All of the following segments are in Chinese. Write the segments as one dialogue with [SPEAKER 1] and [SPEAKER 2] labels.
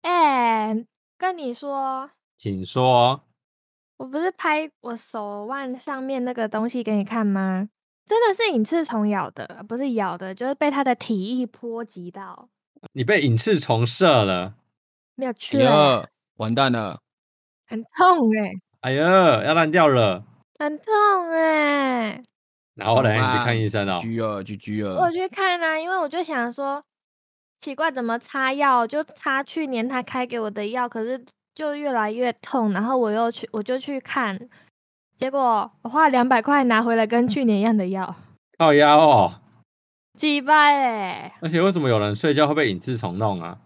[SPEAKER 1] 哎跟你说，
[SPEAKER 2] 请说。哦
[SPEAKER 1] 我不是拍我手腕上面那个东西给你看吗？真的是隐翅虫咬的，不是咬的，就是被它的体液波及到，
[SPEAKER 2] 你被隐翅虫射了，
[SPEAKER 1] 没有
[SPEAKER 3] 哎
[SPEAKER 1] 去，
[SPEAKER 3] 呀，完蛋了！
[SPEAKER 1] 很痛哎、
[SPEAKER 2] 哎呀，要烂掉了。
[SPEAKER 1] 很痛哎、
[SPEAKER 2] 然后
[SPEAKER 3] 怎么
[SPEAKER 2] 嘞，你去
[SPEAKER 3] 办
[SPEAKER 2] 看医生哦。
[SPEAKER 3] 居二居居
[SPEAKER 1] 我
[SPEAKER 3] 二，
[SPEAKER 1] 去看啊，因为我就想说，奇怪，怎么擦药就擦去年他开给我的药，可是就越来越痛，然后我又去，我就去看，结果我花了两百块拿回来跟去年一样的药，
[SPEAKER 2] 靠腰哦。
[SPEAKER 1] 鸡巴哎！
[SPEAKER 2] 而且为什么有人睡觉会被隐翅虫弄啊？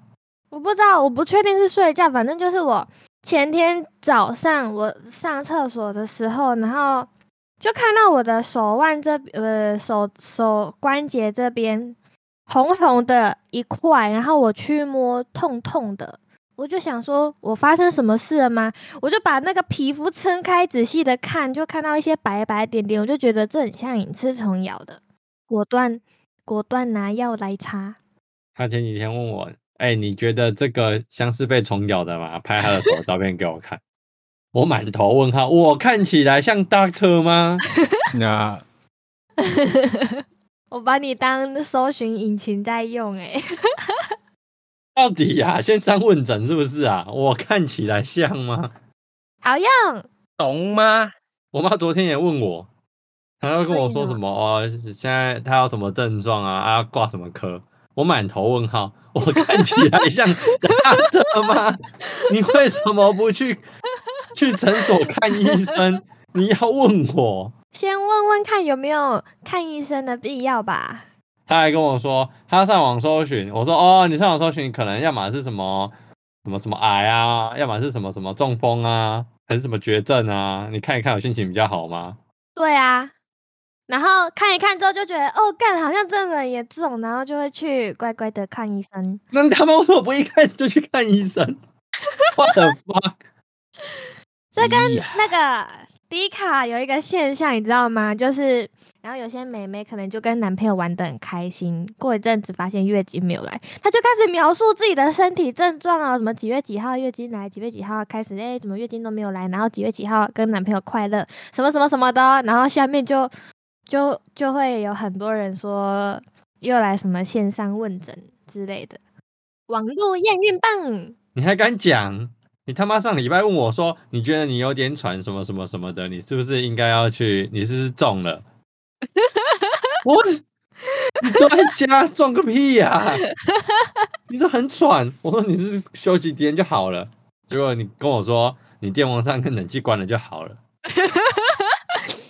[SPEAKER 1] 我不知道，我不确定是睡觉，反正就是我前天早上我上厕所的时候，然后就看到我的手腕这呃手手关节这边红红的一块，然后我去摸，痛痛的。我就想说，我发生什么事了吗？我就把那个皮肤撑开，仔细的看，就看到一些白白点点，我就觉得这很像隐翅虫咬的，果断果断拿药来擦。
[SPEAKER 2] 他前几天问我，哎、你觉得这个像是被虫咬的吗？拍他的手的照片给我看。 我满头问号，我看起来像 Doctor 吗？
[SPEAKER 3] 那
[SPEAKER 1] 我把你当搜寻引擎在用、欸，
[SPEAKER 2] 到底呀、线上问诊是不是啊？我看起来像吗？
[SPEAKER 1] 好用。
[SPEAKER 3] 懂吗？
[SPEAKER 2] 我妈昨天也问我，她要跟我
[SPEAKER 1] 所以
[SPEAKER 2] 说
[SPEAKER 1] 呢
[SPEAKER 2] 什么哦，现在她有什么症状啊？啊，挂什么科？我满头问号，我看起来像 doctor 吗？ 你为什么不去去诊所看医生？你要问我？
[SPEAKER 1] 先问问看有没有看医生的必要吧。
[SPEAKER 2] 她还跟我说，她上网搜寻，我说哦，你上网搜寻，可能要么是什么什么什么癌啊，要么是什么什么中风啊，还是什么绝症啊？你看一看，我心情比较好吗？
[SPEAKER 1] 对啊，然后看一看之后就觉得，哦，干，好像真的也中，然后就会去乖乖的看医生。
[SPEAKER 2] 那他们为什么不一开始就去看医生？我的妈！
[SPEAKER 1] 这跟
[SPEAKER 3] 呀
[SPEAKER 1] 那个迪卡有一个现象，你知道吗？就是，然后有些美眉可能就跟男朋友玩的很开心，过一阵子发现月经没有来，她就开始描述自己的身体症状啊，什么几月几号月经来，几月几号开始，哎，怎么月经都没有来，然后几月几号跟男朋友快乐，什么什么什么的哦，然后下面就就就会有很多人说又来什么线上问诊之类的，网络验孕棒。
[SPEAKER 2] 你还敢讲？你他妈上礼拜问我说，你觉得你有点喘什么什么什么的，你是不是应该要去？你是不是中了？我，你都在家中个屁呀、你这很喘。我说你是休息几天就好了，结果你跟我说你电风扇跟冷气关了就好了。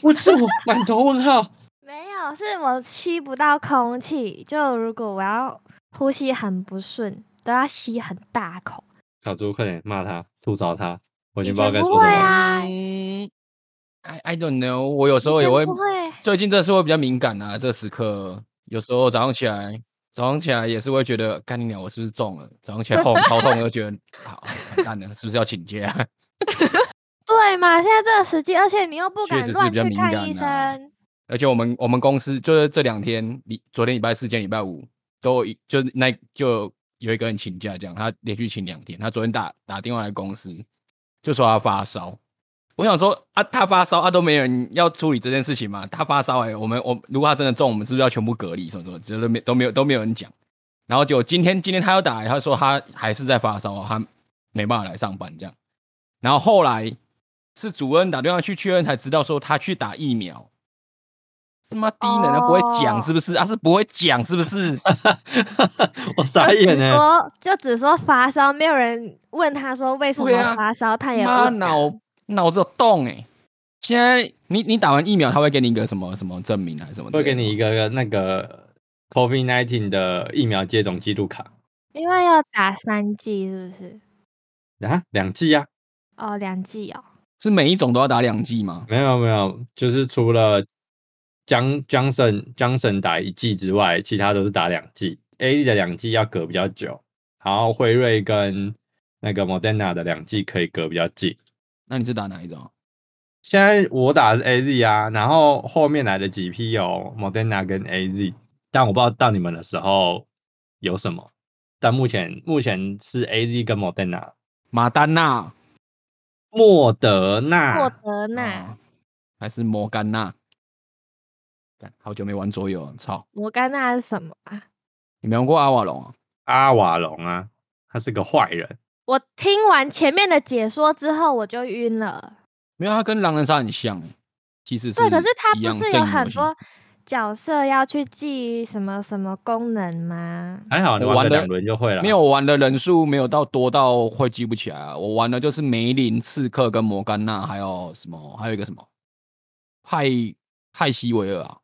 [SPEAKER 2] 我是我满头问号。
[SPEAKER 1] 没有，是我吸不到空气。就如果我要呼吸很不顺，都要吸很大口。
[SPEAKER 2] 小猪，快点骂他，吐槽他，我已
[SPEAKER 1] 以
[SPEAKER 2] 经不知道
[SPEAKER 1] 前
[SPEAKER 2] 该
[SPEAKER 1] 不
[SPEAKER 2] 说
[SPEAKER 1] 会
[SPEAKER 2] 什么了。
[SPEAKER 1] 啊
[SPEAKER 3] 嗯，I I don't know，我有时候也
[SPEAKER 1] 以
[SPEAKER 3] 会
[SPEAKER 1] 前不，会，
[SPEAKER 3] 最近这是会比较敏感啊，这时刻有时候早上起来。早上起来也是会觉得，干你娘，我是不是中了？早上起来痛，超痛，就觉得好完蛋了，是不是要请假？
[SPEAKER 1] 对嘛？现在这个时机，而且你又不
[SPEAKER 3] 确
[SPEAKER 1] 敢
[SPEAKER 3] 实是
[SPEAKER 1] 乱
[SPEAKER 3] 比较
[SPEAKER 1] 去
[SPEAKER 3] 敏
[SPEAKER 1] 看
[SPEAKER 3] 感
[SPEAKER 1] 医生，
[SPEAKER 3] 啊而且我们我们公司就是这两天，礼昨天礼拜四，今天礼拜五都有一就是那就有一个人请假，这样他连续请两天。他昨天打打电话来公司，就说他发烧。我想说啊，他发烧啊都没有人要处理这件事情嘛，他发烧哎、我们我如果他真的中，我们是不是要全部隔离什么什么？就是没都没有都没有人讲。然后就今天今天他又打来，他说他还是在发烧啊，他没办法来上班这样。然后后来是主任打电话去确认才知道说他去打疫苗。他妈低能的不会讲
[SPEAKER 1] 哦
[SPEAKER 3] 是不是？啊是不会讲是不是？
[SPEAKER 2] 我傻
[SPEAKER 1] 就
[SPEAKER 2] 眼欸
[SPEAKER 1] 只
[SPEAKER 3] 欸
[SPEAKER 2] 呢、
[SPEAKER 1] 说就只说发烧，没有人问他说为什么
[SPEAKER 3] 对啊
[SPEAKER 1] 发烧，他也
[SPEAKER 3] 妈
[SPEAKER 1] 不
[SPEAKER 3] 脑脑子有洞哎、现在你你打完疫苗，他会给你一个什么什么证明还是什么之
[SPEAKER 2] 会
[SPEAKER 3] 类的吗？
[SPEAKER 2] 给你一个那个 COVID nineteen 的疫苗接种记录卡
[SPEAKER 1] 因为要打三剂，是不是？
[SPEAKER 2] 啊，两剂啊，
[SPEAKER 1] 哦，两剂哦。
[SPEAKER 3] 是每一种都要打两剂吗？
[SPEAKER 2] 没有没有，就是除了江 Johnson Johnson 打一剂之外，其他都是打两剂。A D 的两剂要隔比较久，然后辉瑞跟那个 Moderna 的两剂可以隔比较近。
[SPEAKER 3] 那你是打哪一种？
[SPEAKER 2] 现在我打的是 A Z 啊，然后后面来的几批有 Moderna 跟 A Z，但我不知道到你们的时候有什么。但目前目前是 A Z 跟 Moderna，
[SPEAKER 3] 马丹娜，
[SPEAKER 2] 莫德纳，
[SPEAKER 1] 莫德
[SPEAKER 2] 哦
[SPEAKER 1] 纳、
[SPEAKER 3] 啊还是摩甘娜？干好久没玩桌游了，操！
[SPEAKER 1] 摩甘娜是什么啊？
[SPEAKER 3] 你没玩过阿瓦隆啊？
[SPEAKER 2] 阿瓦隆啊，他是个坏人。
[SPEAKER 1] 我听完前面的解说之后，我就晕了。
[SPEAKER 3] 没有，它跟狼人杀很像诶、其实是
[SPEAKER 1] 对，可是它
[SPEAKER 3] 一样
[SPEAKER 1] 不是
[SPEAKER 3] 正
[SPEAKER 1] 有
[SPEAKER 3] 义模
[SPEAKER 1] 很
[SPEAKER 3] 型
[SPEAKER 1] 多角色要去记什么什么功能吗？
[SPEAKER 2] 还好你
[SPEAKER 3] 我
[SPEAKER 2] 玩
[SPEAKER 3] 玩
[SPEAKER 2] 了
[SPEAKER 3] 的
[SPEAKER 2] 两轮就会了。
[SPEAKER 3] 没有我玩的人数没有到多到会记不起来、啊，我玩的就是梅林刺客跟摩甘娜，还有什么，还有一个什么派派西维尔啊，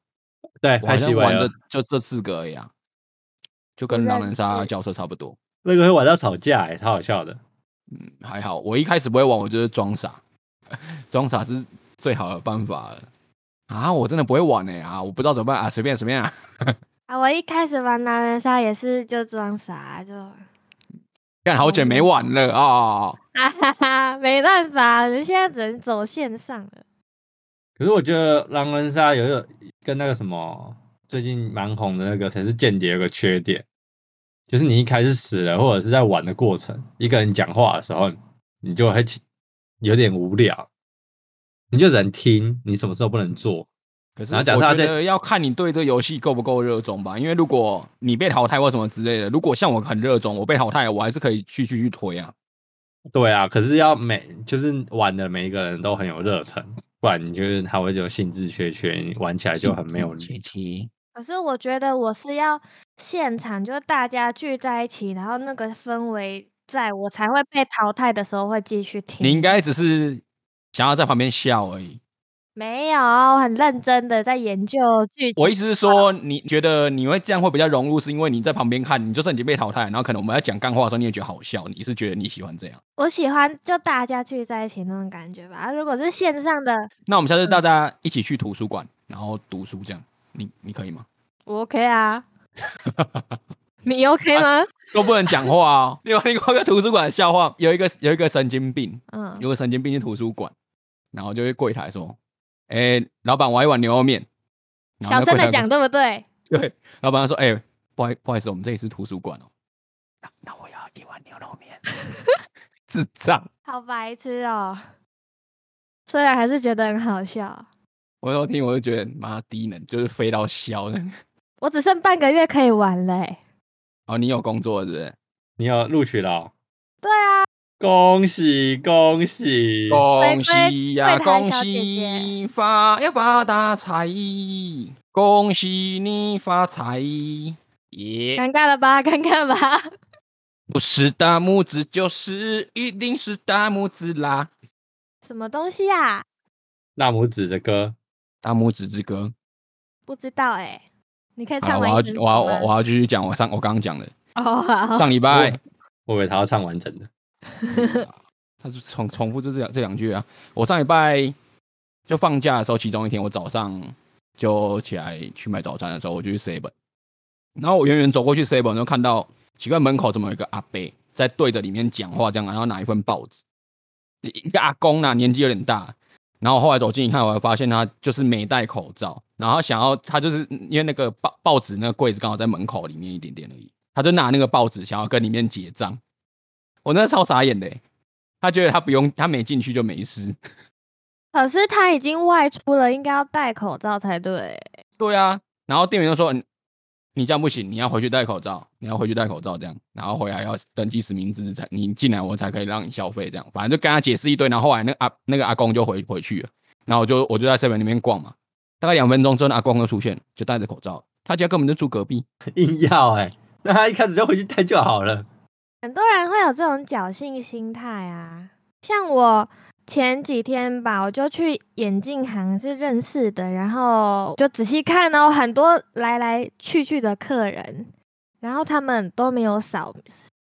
[SPEAKER 2] 对，
[SPEAKER 3] 我好
[SPEAKER 2] 派西
[SPEAKER 3] 像
[SPEAKER 2] 维
[SPEAKER 3] 玩
[SPEAKER 2] 尔
[SPEAKER 3] 的就这四个而已啊，就
[SPEAKER 1] 不
[SPEAKER 3] 跟
[SPEAKER 1] 认
[SPEAKER 3] 狼人杀
[SPEAKER 1] 识
[SPEAKER 3] 角色差不多。
[SPEAKER 2] 那个会玩到吵架、欸，超好笑的。
[SPEAKER 3] 嗯，还好我一开始不会玩，我就是装傻， 装傻是最好的办法了。啊，我真的不会玩哎、啊，我不知道怎么办啊，随便随便啊。
[SPEAKER 1] 啊，我一开始玩狼人杀也是就装傻，就
[SPEAKER 3] 干好久没玩了啊、
[SPEAKER 1] 啊哈哈，没办法，人现在只能走线上了。
[SPEAKER 2] 可是我觉得狼人杀有一个跟那个什么最近蛮红的那个《谁是间谍》有个缺点，就是你一开始死了，或者是在玩的过程，一个人讲话的时候，你就会起有点无聊，你就只能听，你什么事都不能做。
[SPEAKER 3] 可是
[SPEAKER 2] 然
[SPEAKER 3] 我
[SPEAKER 2] 后假设他
[SPEAKER 3] 觉
[SPEAKER 2] 在
[SPEAKER 3] 得要看你对这游戏够不够热衷吧，因为如果你被淘汰或什么之类的，如果像我很热衷，我被淘汰，我还是可以去继续推啊。
[SPEAKER 2] 对啊，可是要每就是玩的每一个人都很有热忱，不然你就是他会就兴致缺缺，你玩起来就很没有力。
[SPEAKER 3] 气。
[SPEAKER 1] 可是我觉得我是要现场，就大家聚在一起，然后那个氛围在，我才会被淘汰的时候会继续听。
[SPEAKER 3] 你应该只是想要在旁边笑而已。
[SPEAKER 1] 没有，我很认真的在研究剧情。
[SPEAKER 3] 我意思是说，你觉得你会这样会比较融入，是因为你在旁边看，你就算已经被淘汰，然后可能我们在讲干话的时候，你也觉得好笑，你是觉得你喜欢这样。
[SPEAKER 1] 我喜欢就大家聚在一起那种感觉吧。啊如果是线上的，
[SPEAKER 3] 那我们下次大家一起去图书馆，然后读书这样，你你可以吗？
[SPEAKER 1] 我 OK 啊， 你 OK
[SPEAKER 3] 啊
[SPEAKER 1] 吗？
[SPEAKER 3] 都不能讲话哦。 另外一个图书馆的笑话，有一个有一个神经病，
[SPEAKER 1] 嗯，
[SPEAKER 3] 有个神经病去图书馆，然后就会柜台说：“哎、老板，我要一碗牛肉面。”然后
[SPEAKER 1] 小
[SPEAKER 3] 那柜
[SPEAKER 1] 声的
[SPEAKER 3] 台
[SPEAKER 1] 讲，对不对？
[SPEAKER 3] 说， 对，老板他说：“哎、不好意不好意思，我们这里是图书馆哦。那”那我要一碗牛肉面。 智障！
[SPEAKER 1] 好白痴哦、虽然还是觉得很好笑，
[SPEAKER 3] 我要听我就觉得妈低能，就是飞到笑的。
[SPEAKER 1] 我只剩半个月可以玩嘞、
[SPEAKER 3] 哦，你有工作是不是？
[SPEAKER 2] 你有录取了哦、
[SPEAKER 1] 对啊，
[SPEAKER 2] 恭喜恭喜！
[SPEAKER 3] 恭喜呀、
[SPEAKER 1] 对
[SPEAKER 3] 恭
[SPEAKER 1] 对小姐姐
[SPEAKER 3] 喜发呀发大财！恭喜你发财！耶、
[SPEAKER 1] 尴尬了吧？ 尴尬吧？
[SPEAKER 3] 不是大拇指就是一定是大拇指啦！
[SPEAKER 1] 什么东西呀、啊？
[SPEAKER 2] 大拇指的歌，
[SPEAKER 3] 大拇指之歌。
[SPEAKER 1] 不知道哎、你可以
[SPEAKER 3] 好，
[SPEAKER 1] 唱
[SPEAKER 3] 我
[SPEAKER 1] 完
[SPEAKER 3] 要
[SPEAKER 1] 一整
[SPEAKER 3] 我要
[SPEAKER 1] 首
[SPEAKER 3] 我
[SPEAKER 1] 吗
[SPEAKER 3] 要我要继续讲我上我刚刚讲的，
[SPEAKER 1] 哦，好
[SPEAKER 3] 上礼拜
[SPEAKER 2] 我以为他要唱完整的。
[SPEAKER 3] 他就重重复就这两这两句啊。我上礼拜就放假的时候，其中一天我早上就起来去买早餐的时候，我就去 seven，然后我远远走过去 seven 就看到奇怪门口怎么有一个阿伯在对着里面讲话这样，啊然后拿一份报纸，一一个阿公啊，年纪有点大。然后我后来走近一看，我还发现他就是没戴口罩，然后他想要他就是因为那个报报纸那个柜子刚好在门口里面一点点而已，他就拿那个报纸想要跟里面结账，我那超傻眼的欸、他觉得他不用，他没进去就没事。
[SPEAKER 1] 可是他已经外出了，应该要戴口罩才对。
[SPEAKER 3] 对啊，然后店员就说：“嗯你这样不行，你要回去戴口罩，你要回去戴口罩这样，然后回来要登记实名制才你进来，我才可以让你消费这样。”反正就跟他解释一堆，然后后来那个阿那个阿公就回回去了，然后我就我就在 seven 那边逛嘛，大概两分钟之后，那阿公就出现，就戴着口罩，他家根本就住隔壁。
[SPEAKER 2] 硬要哎、 那他一开始就回去带就好了。
[SPEAKER 1] 很多人会有这种侥幸心态啊。像我前几天吧，我就去眼镜行是认识的，然后就仔细看哦，很多来来去去的客人，然后他们都没有扫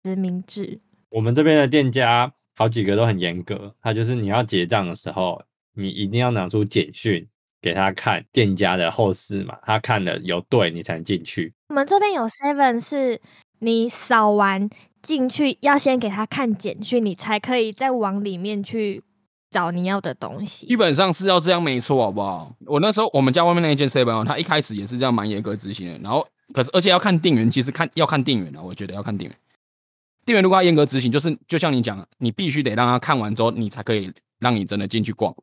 [SPEAKER 1] 实名制。
[SPEAKER 2] 我们这边的店家好几个都很严格，他就是你要结账的时候，你一定要拿出简讯给他看店家的后事嘛，他看了有对你才能进去。
[SPEAKER 1] 我们这边有 Seven 是你扫完进去，要先给他看简讯，你才可以再往里面去找你要的东西。
[SPEAKER 3] 基本上是要这样，没错，好不好？我那时候我们家外面那一间 seven，哦它一开始也是这样蛮严格执行的，然后可是而且要看店员，其实看要看店员啊，我觉得要看店员。店员如果要严格执行，就是就像你讲，你必须得让他看完之后，你才可以让你真的进去逛。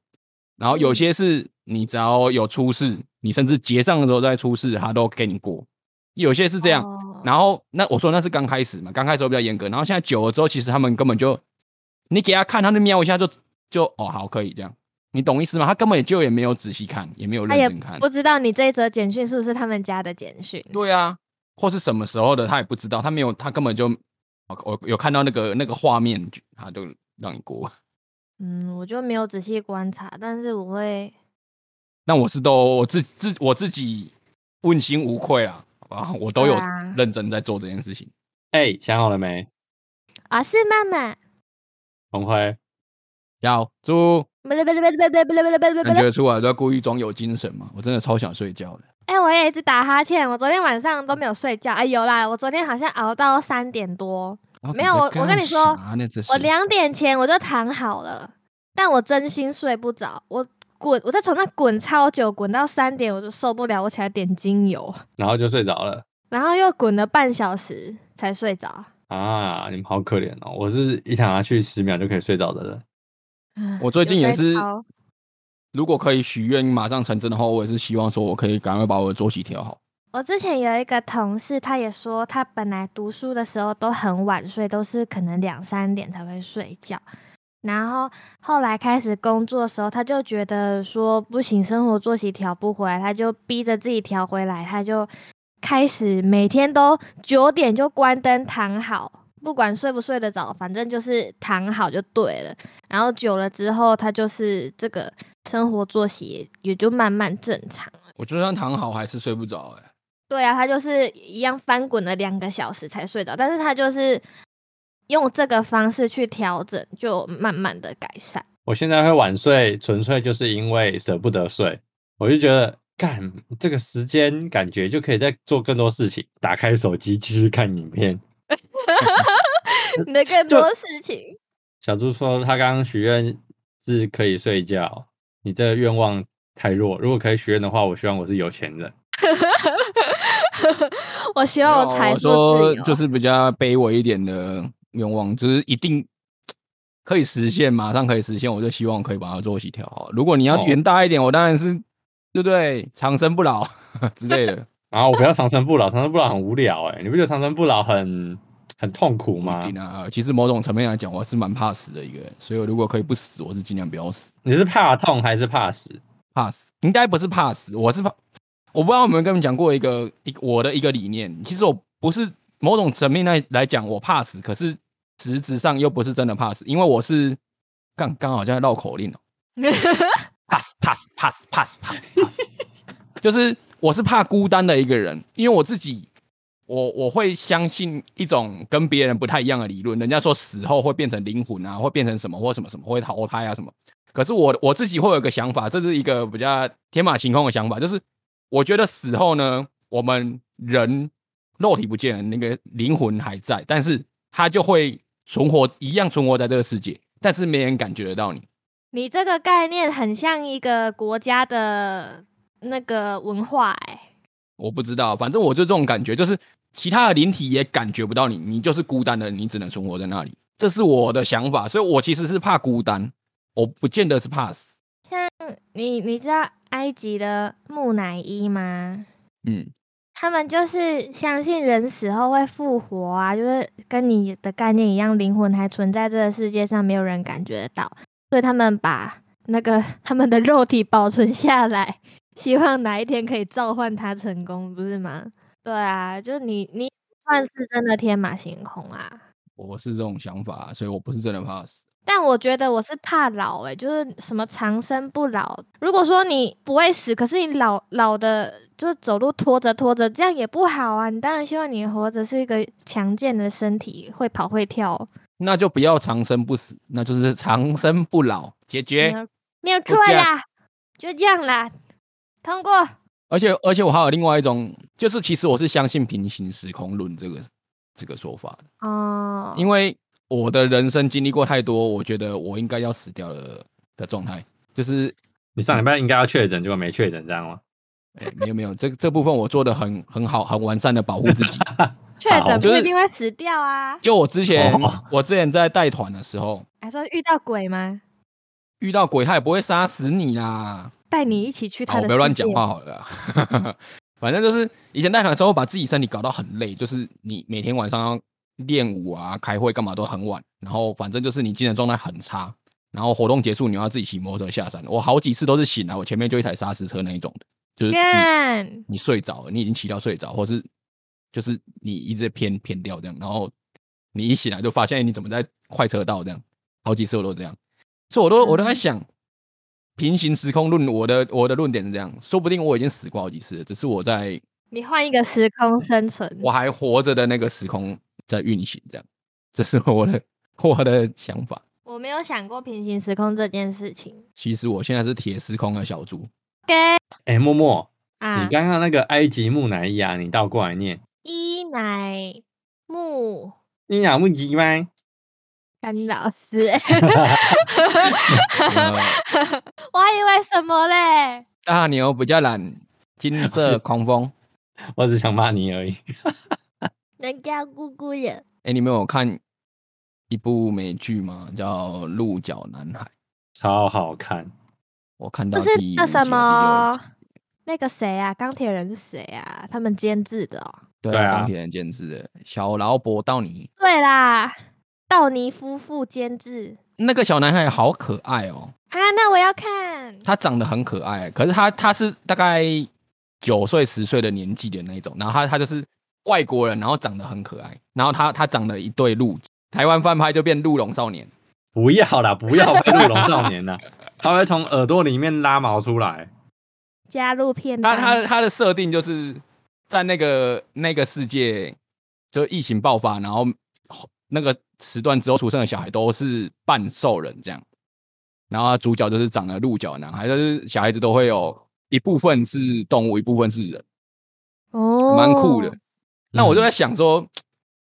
[SPEAKER 3] 然后有些是你只要有出示，你甚至结账的时候再出示，他都给你过。有些是这样，
[SPEAKER 1] 哦
[SPEAKER 3] 然后那我说那是刚开始嘛，刚开始会比较严格，然后现在久了之后，其实他们根本就你给他看，他就瞄一下就就哦好可以这样，你懂意思吗？他根本就也没有仔细看，也没有
[SPEAKER 1] 他也
[SPEAKER 3] 认真看
[SPEAKER 1] 不，知道你这一则简讯是不是他们家的简讯。
[SPEAKER 3] 对啊，或是什么时候的他也不知道，他没有，他根本就哦我有看到那个那个画面，就他就让你过。
[SPEAKER 1] 嗯，我就没有仔细观察，但是我会
[SPEAKER 3] 那我是都我自自我自己问心无愧啦，好不好？我都有
[SPEAKER 1] 对啊
[SPEAKER 3] 认真在做这件事情。
[SPEAKER 2] 哎、想好了没？
[SPEAKER 1] 啊，是妈妈。
[SPEAKER 2] 红辉，
[SPEAKER 3] 要猪，
[SPEAKER 1] 不不不不不不不
[SPEAKER 3] 感
[SPEAKER 1] 不
[SPEAKER 3] 觉出来都在故意装有精神嘛？我真的超想睡觉的。
[SPEAKER 1] 哎、我也一直打哈欠，我昨天晚上都没有睡觉。哎、有啦，我昨天好像熬到三点多，
[SPEAKER 3] 然后
[SPEAKER 1] 没有
[SPEAKER 3] 你在
[SPEAKER 1] 我我跟你
[SPEAKER 3] 干
[SPEAKER 1] 说
[SPEAKER 3] 啥呢这
[SPEAKER 1] 我
[SPEAKER 3] 是
[SPEAKER 1] 两点前我就躺好了，但我真心睡不着，我滚，我在床上滚超久，滚到三点我就受不了，我起来点精油，
[SPEAKER 2] 然后就睡着了
[SPEAKER 1] 然后又滚了半小时才睡着。
[SPEAKER 2] 啊！你们好可怜哦，我是一躺下去十秒就可以睡着的人。
[SPEAKER 1] 唉
[SPEAKER 3] 我最近也是
[SPEAKER 1] 有在操，
[SPEAKER 3] 如果可以许愿马上成真的话，我也是希望说我可以赶快把我的作息调好。
[SPEAKER 1] 我之前有一个同事，他也说他本来读书的时候都很晚睡，都是可能两三点才会睡觉。然后后来开始工作的时候，他就觉得说不行，生活作息调不回来，他就逼着自己调回来，他就开始每天都九点就关灯躺好，不管睡不睡得着，反正就是躺好就对了。然后久了之后，他就是这个生活作息也也就慢慢正常。
[SPEAKER 3] 我就算躺好还是睡不着、欸，
[SPEAKER 1] 对啊，他就是一样翻滚了两个小时才睡着，但是他就是用这个方式去调整，就慢慢的改善。
[SPEAKER 2] 我现在会晚睡，纯粹就是因为舍不得睡。我就觉得，干这个时间感觉就可以再做更多事情，打开手机继续看影片。
[SPEAKER 3] 呃
[SPEAKER 1] 你的更
[SPEAKER 2] 就
[SPEAKER 1] 多事情，
[SPEAKER 2] 小猪说他刚刚许愿是可以睡觉，你这个愿望太弱。如果可以许愿的话，我希望我是有钱人。
[SPEAKER 1] 我希
[SPEAKER 3] 没
[SPEAKER 1] 望
[SPEAKER 3] 有啊
[SPEAKER 1] 我财
[SPEAKER 3] 我
[SPEAKER 1] 富自
[SPEAKER 3] 说
[SPEAKER 1] 由。
[SPEAKER 3] 就是比较卑微一点的愿望，就是一定可以实现，马上可以实现，我就希望可以把它作息调好。如果你要
[SPEAKER 2] 哦
[SPEAKER 3] 远大一点，我当然是对不对？长生不老 之类的，
[SPEAKER 2] 然后我不要长生不老，长生不老很无聊哎、你不觉得长生不老很很痛苦
[SPEAKER 3] 不
[SPEAKER 2] 吗
[SPEAKER 3] 一？定啊。其实某种层面来讲，我是蛮怕死的一个人，所以我如果可以不死，我是尽量不要死。
[SPEAKER 2] 你是怕痛还是怕死？
[SPEAKER 3] 怕死，应该不是怕死，我是怕，我不知道有没有跟你们讲过一个一个我的一个理念。其实我不是某种层面来来讲我怕死，可是实质上又不是真的怕死，因为我是刚刚好像在绕口令哦、怕死怕死怕死怕死怕死怕死， 就是我是怕孤单的一个人，因为我自己。我我会相信一种跟别人不太一样的理论，人家说死后会变成灵魂啊，会变成什么或什么什么，会投胎啊什么。可是我我自己会有一个想法，这是一个比较天马行空的想法，就是我觉得死后呢，我们人肉体不见了，那个灵魂还在，但是它就会存活，一样存活在这个世界，但是没人感觉得到你。
[SPEAKER 1] 你这个概念很像一个国家的那个文化、哎，
[SPEAKER 3] 我不知道，反正我就这种感觉，就是其他的灵体也感觉不到你，你就是孤单的，你只能存活在那里。这是我的想法，所以我其实是怕孤单，我不见得是怕死。
[SPEAKER 1] 像你你知道埃及的木乃伊吗？
[SPEAKER 3] 嗯，
[SPEAKER 1] 他们就是相信人死后会复活啊，就是跟你的概念一样，灵魂还存在这个世界上，没有人感觉得到，所以他们把那个 他们的肉体保存下来，希望哪一天可以召唤它成功，不是吗？对啊，就是你你算是真的天马行空啊，
[SPEAKER 3] 我是这种想法，所以我不是真的怕死。
[SPEAKER 1] 但我觉得我是怕老、欸，就是什么长生不老。如果说你不会死，可是你老老的，就是走路拖着拖着，这样也不好啊。你当然希望你活着是一个强健的身体，会跑会跳。哦
[SPEAKER 3] 那就不要长生不死，那就是 长生不老，解决。
[SPEAKER 1] 没有没有
[SPEAKER 3] 不
[SPEAKER 1] 错
[SPEAKER 3] 加
[SPEAKER 1] 啦，就这样啦，通过。
[SPEAKER 3] 而且而且我还有另外一种，就是其实我是相信平行时空论这个这个说法的，
[SPEAKER 1] 哦，
[SPEAKER 3] 因为我的人生经历过太多，我觉得我应该要死掉了的状态，就是
[SPEAKER 2] 你上礼拜应该要确诊，结果没确诊，这样吗？
[SPEAKER 3] 哎，没有没有，这这部分我做的很很好，很完善的保护自己。
[SPEAKER 1] 确
[SPEAKER 2] 好
[SPEAKER 1] 诊
[SPEAKER 3] 就
[SPEAKER 1] 不
[SPEAKER 3] 是
[SPEAKER 1] 一定会死掉啊。
[SPEAKER 3] 就我之前
[SPEAKER 2] 哦，
[SPEAKER 3] 我之前在带团的时候，
[SPEAKER 1] 还说遇到鬼吗？
[SPEAKER 3] 遇到鬼他也不会杀死你啦。
[SPEAKER 1] 带你一起去
[SPEAKER 3] 好，
[SPEAKER 1] 他
[SPEAKER 3] 我
[SPEAKER 1] 的
[SPEAKER 3] 不要乱
[SPEAKER 1] 世界
[SPEAKER 3] 讲。话好了啦。 反正就是以前带团的时候，把自己身体搞到很累，就是你每天晚上要练舞啊、开会干嘛都很晚，然后反正就是你精神状态很差。然后活动结束，你要自己骑摩托车下山。我好几次都是醒来，我前面就一台砂石车那一种的，就是你
[SPEAKER 1] 干，
[SPEAKER 3] 你睡着了，你已经骑到睡着，或是就是你一直在偏偏掉这样，然后你一醒来就发现你怎么在快车道这样，好几次我都这样，所以我都我都在想，平行时空论，我的我的论点是这样，说不定我已经死过好几次了，只是我在
[SPEAKER 1] 你换一个时空生存。
[SPEAKER 3] 我还活着的那个时空在运行这样，这是我的我的想法。
[SPEAKER 1] 我没有想过平行时空这件事情。
[SPEAKER 3] 其实我现在是铁时空的小猪，
[SPEAKER 1] 给
[SPEAKER 2] 哎、默默，
[SPEAKER 1] 啊
[SPEAKER 2] 你，刚刚那个埃及木乃伊啊，你倒过来念，
[SPEAKER 1] 伊乃木
[SPEAKER 2] 伊雅木吉吗？
[SPEAKER 1] 干老师，
[SPEAKER 3] 呃
[SPEAKER 1] 我还以为什么嘞？
[SPEAKER 3] 大牛比较懒，金色狂风。
[SPEAKER 2] 我只想骂你而已。
[SPEAKER 1] 人家姑姑人，
[SPEAKER 3] 哎、你们有看一部美剧吗？叫《鹿角男孩》，
[SPEAKER 2] 超好看，
[SPEAKER 3] 我看
[SPEAKER 1] 不
[SPEAKER 3] 到
[SPEAKER 1] 是
[SPEAKER 3] 第
[SPEAKER 1] 那
[SPEAKER 3] 五集
[SPEAKER 1] 什
[SPEAKER 3] 和第六
[SPEAKER 1] 么
[SPEAKER 3] 集，
[SPEAKER 1] 那个谁啊，钢铁人是谁啊？他们监制的哦。
[SPEAKER 3] 对
[SPEAKER 2] 对
[SPEAKER 3] 啊，
[SPEAKER 2] 啊
[SPEAKER 3] 钢铁人监制的小劳勃道尼，
[SPEAKER 1] 对啦，道尼夫妇监制
[SPEAKER 3] 那个小男孩好可爱哦，
[SPEAKER 1] 啊，那我要看。
[SPEAKER 3] 他长得很可爱，可是他他是大概九岁十岁的年纪的那种，然后他他就是外国人，然后长得很可爱，然后他他长了一对鹿，台湾翻拍就变鹿茸少年，
[SPEAKER 2] 不要啦，不要拍鹿龙少年啦，他会从耳朵里面拉毛出来。
[SPEAKER 1] 加入片
[SPEAKER 3] 他
[SPEAKER 1] 单，
[SPEAKER 3] 他他的设定就是在那个那个世界，就疫情爆发，然后那个时段之后出生的小孩都是半兽人这样，然后主角就是长了鹿角的男孩，就是小孩子都会有一部分是动物，一部分是人，
[SPEAKER 1] 哦，
[SPEAKER 3] 蛮酷的。那我就在想说，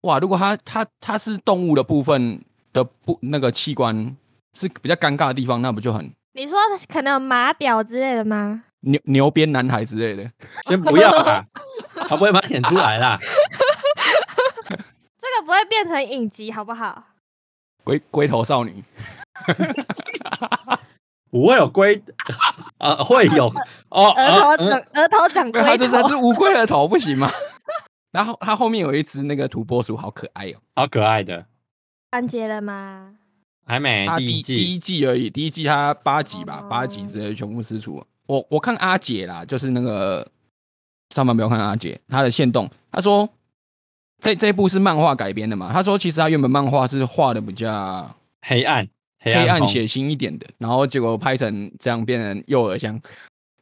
[SPEAKER 3] 哇，如果他他他是动物的部分的部那个器官是比较尴尬的地方，那不就很
[SPEAKER 1] 你说可能有马屌之类的吗？
[SPEAKER 3] 牛牛鞭男孩之类的？
[SPEAKER 2] 先不要啦，他不会把它演出来啦。
[SPEAKER 1] 这个不会变成影集好不好？
[SPEAKER 3] 龟龟头少女，
[SPEAKER 2] 我有龟，啊，会有哦，
[SPEAKER 1] 额
[SPEAKER 2] 啊
[SPEAKER 1] 头长、额头长
[SPEAKER 3] 没有， 他
[SPEAKER 1] 龟
[SPEAKER 3] 就是
[SPEAKER 1] 头
[SPEAKER 3] 他，是乌龟的头，不行吗？ 然后他后面有一只那个土拨鼠，好可爱哦。
[SPEAKER 2] 好可爱的，
[SPEAKER 1] 完结了吗？
[SPEAKER 2] 还没
[SPEAKER 3] 他
[SPEAKER 2] 哎第一
[SPEAKER 3] 第啊第
[SPEAKER 2] 季
[SPEAKER 3] 一季而已，第一季他八集吧，
[SPEAKER 1] 哦
[SPEAKER 3] 八集直接全部撕除了。我我看阿姐啦，就是那个上班不要看阿姐，她的线动，她说这这一部是漫画改编的嘛，她说其实她原本漫画是画的比较
[SPEAKER 2] 黑暗黑
[SPEAKER 3] 黑暗
[SPEAKER 2] 风
[SPEAKER 3] 血腥一点的，然后结果拍成这样变成幼儿像，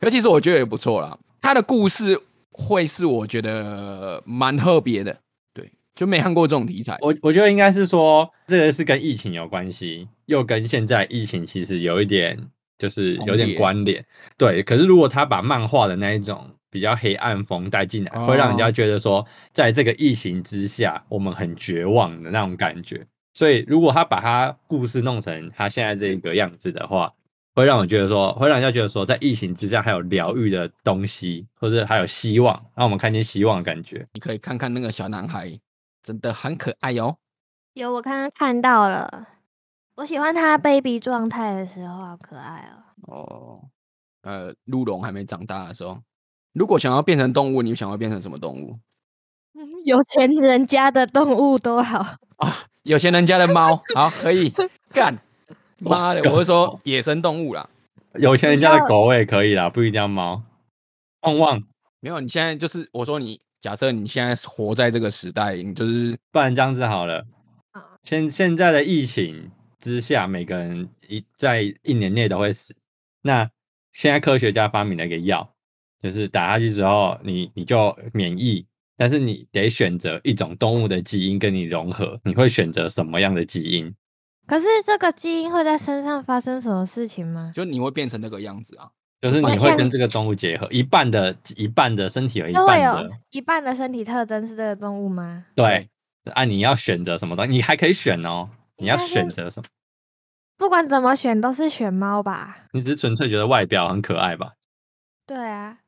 [SPEAKER 3] 可其实我觉得也不错啦。他的故事会是我觉得蛮特别的，对，就没看过这种题材。
[SPEAKER 2] 我我觉得应该是说，这个是跟疫情有关系，又跟现在疫情其实有一点就是有点关联。对，可是如果他把漫画的那一种比较黑暗风带进来，
[SPEAKER 3] 哦
[SPEAKER 2] 会让人家觉得说，在这个疫情之下，我们很绝望的那种感觉。所以如果他把他故事弄成他现在这个样子的话，会让我觉得说，会让人家觉得说，在疫情之下还有疗愈的东西，或者还有希望，让我们看见希望的感觉。
[SPEAKER 3] 你可以看看那个小男孩，真的很可爱哦哟、
[SPEAKER 1] 有，我刚刚看到了，我喜欢他 baby 状态的时候，好可爱哦。
[SPEAKER 3] 哦，呃，鹿茸还没长大的时候，如果想要变成动物，你想要变成什么动物？
[SPEAKER 1] 有钱人家的动物都好，
[SPEAKER 3] 有钱人家的猫，好，可以 干。妈的，我是说野生动物啦。
[SPEAKER 2] 有钱人家
[SPEAKER 1] 你
[SPEAKER 2] 的
[SPEAKER 1] 要
[SPEAKER 2] 狗我也可以啦，不一定要猫。
[SPEAKER 1] 哦
[SPEAKER 2] 旺旺，
[SPEAKER 3] 没有，你现在就是我说你，假设你现在是活在这个时代，你就是
[SPEAKER 2] 不然这样子好了
[SPEAKER 1] 好。
[SPEAKER 2] 现现在的疫情之下，每个人一在一年内都会死。那现在科学家发明了一个药，就是打下去之后你，你就免疫，但是你得选择一种动物的基因跟你融合，你会选择什么样的基因？
[SPEAKER 1] 可是这个基因会在身上发生什么事情吗？
[SPEAKER 3] 就你会变成那个样子啊。
[SPEAKER 2] 就是你
[SPEAKER 1] 完
[SPEAKER 2] 会
[SPEAKER 1] 全
[SPEAKER 2] 跟这个动物结合，一半的一半的身体有一
[SPEAKER 1] 就会
[SPEAKER 2] 半
[SPEAKER 1] 有
[SPEAKER 2] 的
[SPEAKER 1] 一半的身体特征是这个动物吗？
[SPEAKER 2] 对。啊，你要选择什么东西？你还可以选哦，你要
[SPEAKER 1] 应该是
[SPEAKER 2] 选择什么？
[SPEAKER 1] 不管怎么选，都是选猫吧？
[SPEAKER 2] 你只是纯粹觉得外表很可爱吧？
[SPEAKER 1] 对啊，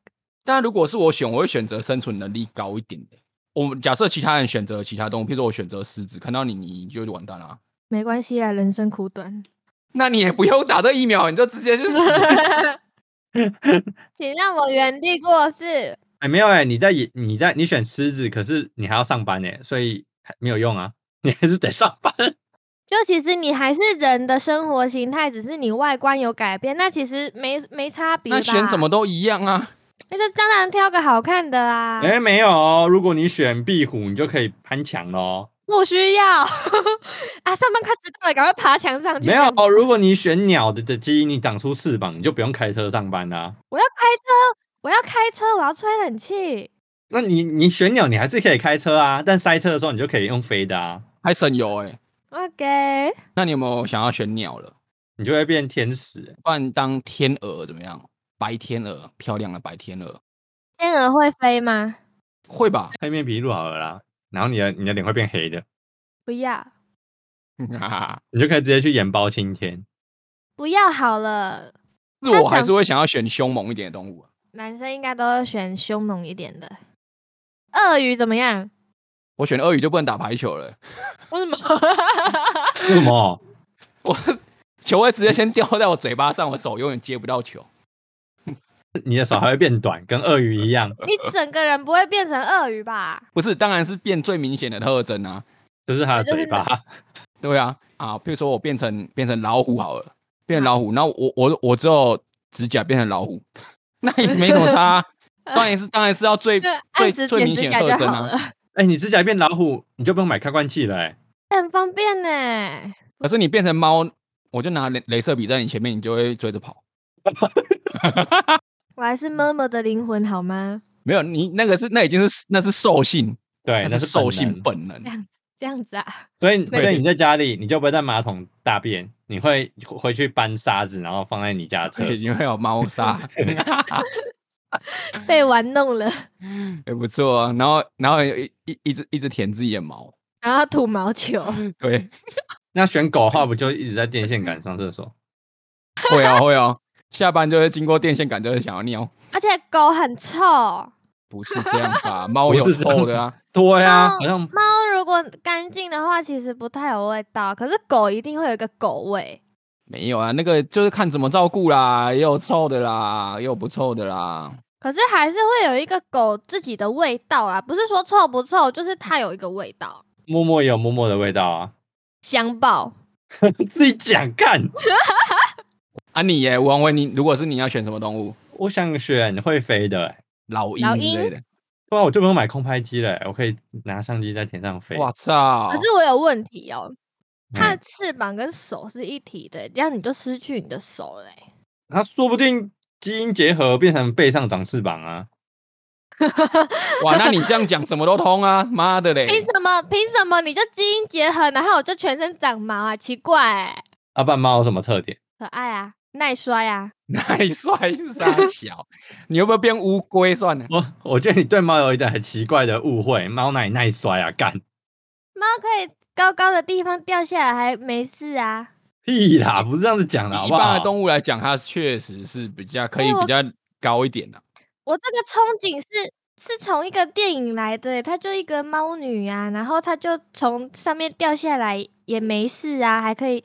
[SPEAKER 3] 但如果是我选，我会选择生存能力高一点的。我们假设其他人选择其他动物，譬如说我选择狮子，看到你你就完蛋啦、
[SPEAKER 1] 没关系啊，人生苦 短。
[SPEAKER 3] 那你也不用打这疫苗，你就直接 去死。
[SPEAKER 1] 请让我原地过世。
[SPEAKER 2] 哎，没有哎、你在也你在你选狮子，可是你还要上班哎、所以还没有用啊， 你还是得上班。
[SPEAKER 1] 就其实你还是人的生活形态，只是你外观有改变，那其实没没差别吧。
[SPEAKER 3] 那选什么？都一样啊。
[SPEAKER 1] 那就当然挑个好看的啊。
[SPEAKER 2] 哎、没有哦，如果你选壁虎，你就可以攀墙喽。
[SPEAKER 1] 不需要 啊！上班快迟到了，赶快爬墙上去。这
[SPEAKER 2] 没有
[SPEAKER 1] 样子
[SPEAKER 2] 哦，如果你选鸟的的基因，你长出翅膀，你就不用开车上班啦、
[SPEAKER 1] 我要开车，我要开车，我要吹冷气。
[SPEAKER 2] 那你你选鸟，你还是可以开车啊，但塞车的时候你就可以用飞的啊，
[SPEAKER 3] 还省油哎、
[SPEAKER 1] OK，
[SPEAKER 3] 那你有没有想要选鸟了？
[SPEAKER 2] 你就会变天使欸、
[SPEAKER 3] 不然当天鹅怎么样？白天鹅，漂亮的白天鹅，
[SPEAKER 1] 天鹅会飞吗？
[SPEAKER 3] 会吧？
[SPEAKER 2] 黑面琵鹭好了啦，然后你的你的脸会变黑的，
[SPEAKER 1] 不要，
[SPEAKER 2] 你就可以直接去演包青天。
[SPEAKER 1] 不要好了。
[SPEAKER 3] 那我
[SPEAKER 1] 它
[SPEAKER 3] 还
[SPEAKER 1] 长
[SPEAKER 3] 是会想要选凶猛一点的动物、啊。
[SPEAKER 1] 男生应该都会选凶猛一点的。鳄鱼怎么样？
[SPEAKER 3] 我选鳄鱼就不能打排球了，
[SPEAKER 1] 为 什么？
[SPEAKER 2] 为什么？
[SPEAKER 3] 球会直接先掉在我嘴巴上，我手永远接不到球。
[SPEAKER 2] 你的手还会变短，跟鳄鱼一样，
[SPEAKER 1] 你整个人不会变成鳄鱼吧？
[SPEAKER 3] 不是，当然是变最明显的特征啊。
[SPEAKER 2] 这是它的
[SPEAKER 1] 对就
[SPEAKER 2] 嘴
[SPEAKER 1] 是
[SPEAKER 2] 巴。
[SPEAKER 3] 对啊，啊，譬如说我变成变成老虎好了，变成老虎，那我我我只有指甲变成老虎， 那也没什么差、啊。当然是当然是要最
[SPEAKER 1] 对，
[SPEAKER 3] 最
[SPEAKER 1] 按指
[SPEAKER 3] 最
[SPEAKER 1] 剪
[SPEAKER 3] 明
[SPEAKER 1] 指
[SPEAKER 3] 显
[SPEAKER 1] 甲
[SPEAKER 3] 的特
[SPEAKER 1] 就
[SPEAKER 3] 征
[SPEAKER 1] 好
[SPEAKER 3] 啊
[SPEAKER 1] 了，
[SPEAKER 2] 哎、你指甲变老虎，你就不用买开罐器了、欸。
[SPEAKER 1] 很方便呢。
[SPEAKER 3] 可是你变成猫，我就拿镭镭射笔在你前面，你就会追着跑。
[SPEAKER 1] 我还是妈妈的灵魂好吗？
[SPEAKER 3] 没有，你那个是那已经是那是兽性，
[SPEAKER 2] 对，
[SPEAKER 3] 那
[SPEAKER 2] 那是
[SPEAKER 3] 是兽
[SPEAKER 2] 本
[SPEAKER 3] 性
[SPEAKER 2] 能。
[SPEAKER 3] 本能。
[SPEAKER 1] 这样子啊，
[SPEAKER 2] 所以，
[SPEAKER 3] 对
[SPEAKER 2] 所以你在家里，你就不会在马桶大便，你会回去搬沙子，然后放在你家的
[SPEAKER 3] 所
[SPEAKER 2] 厕
[SPEAKER 3] 以
[SPEAKER 2] 所。
[SPEAKER 3] 你会有猫砂，
[SPEAKER 1] 被玩弄了，
[SPEAKER 3] 也不错啊。然后然后一一一直一直舔自己的毛，
[SPEAKER 1] 然后吐毛球。
[SPEAKER 3] 对，
[SPEAKER 2] 那选狗的话，不就一直在电线杆上厕所？
[SPEAKER 3] 会哦会哦。下班就会经过电线杆，就会想要尿。
[SPEAKER 1] 而且狗很臭，猫
[SPEAKER 3] 不是这样吧？猫
[SPEAKER 2] 不
[SPEAKER 3] 有
[SPEAKER 2] 是这样
[SPEAKER 3] 臭
[SPEAKER 2] 子
[SPEAKER 3] 的啊，
[SPEAKER 2] 对啊，
[SPEAKER 1] 猫
[SPEAKER 2] 好像
[SPEAKER 1] 如果干净的话，其实不太有味道，可是狗一定会有一个狗味。
[SPEAKER 3] 没有啊，那个就是看怎么照顾啦，也有臭的啦，也有不臭的啦。
[SPEAKER 1] 可是还是会有一个狗自己的味道啊，不是说臭不臭，就是它有一个味道，
[SPEAKER 2] 默默也有默默的味道啊。
[SPEAKER 1] 香爆。
[SPEAKER 2] 自己讲干，
[SPEAKER 3] 啊你耶，王威，你如果是你要选什么动物，
[SPEAKER 2] 我想选会飞的、欸。
[SPEAKER 3] 老鹰
[SPEAKER 1] 老
[SPEAKER 3] 之类
[SPEAKER 1] 鹰
[SPEAKER 3] 的。
[SPEAKER 2] 对啊，我就不用买空拍机了欸、我可以拿相机在天上飞。
[SPEAKER 3] 我操！
[SPEAKER 1] 可是我有问题哦，它
[SPEAKER 2] 嗯
[SPEAKER 1] 的翅膀跟手是一体的，这样你就失去你的手欸嘞、
[SPEAKER 2] 它说不定基因结合变成背上长翅膀啊！
[SPEAKER 3] 哇，那你这样讲什么都通啊！妈的嘞！
[SPEAKER 1] 凭什么？凭什么你就基因结合，然后我就全身长毛啊？奇怪、欸，
[SPEAKER 2] 啊，半猫有什么特点？
[SPEAKER 1] 可爱啊，耐摔啊，
[SPEAKER 3] 太帅是傻小，你要不要变乌龟算了？
[SPEAKER 2] 我我觉得你对猫有一点很奇怪的误会，猫哪里耐摔啊？干
[SPEAKER 1] 猫可以高高的地方掉下来还没事啊。
[SPEAKER 2] 屁啦，不是这样子讲的好
[SPEAKER 3] 以一
[SPEAKER 2] 不
[SPEAKER 3] 般
[SPEAKER 2] 好
[SPEAKER 3] 的？动物来讲，它确实是比较可以
[SPEAKER 1] 哎我
[SPEAKER 3] 比较高一点的、
[SPEAKER 1] 我这个憧憬是是从一个电影来的，欸它就一个猫女啊，然后它就从上面掉下来也没事啊，还可以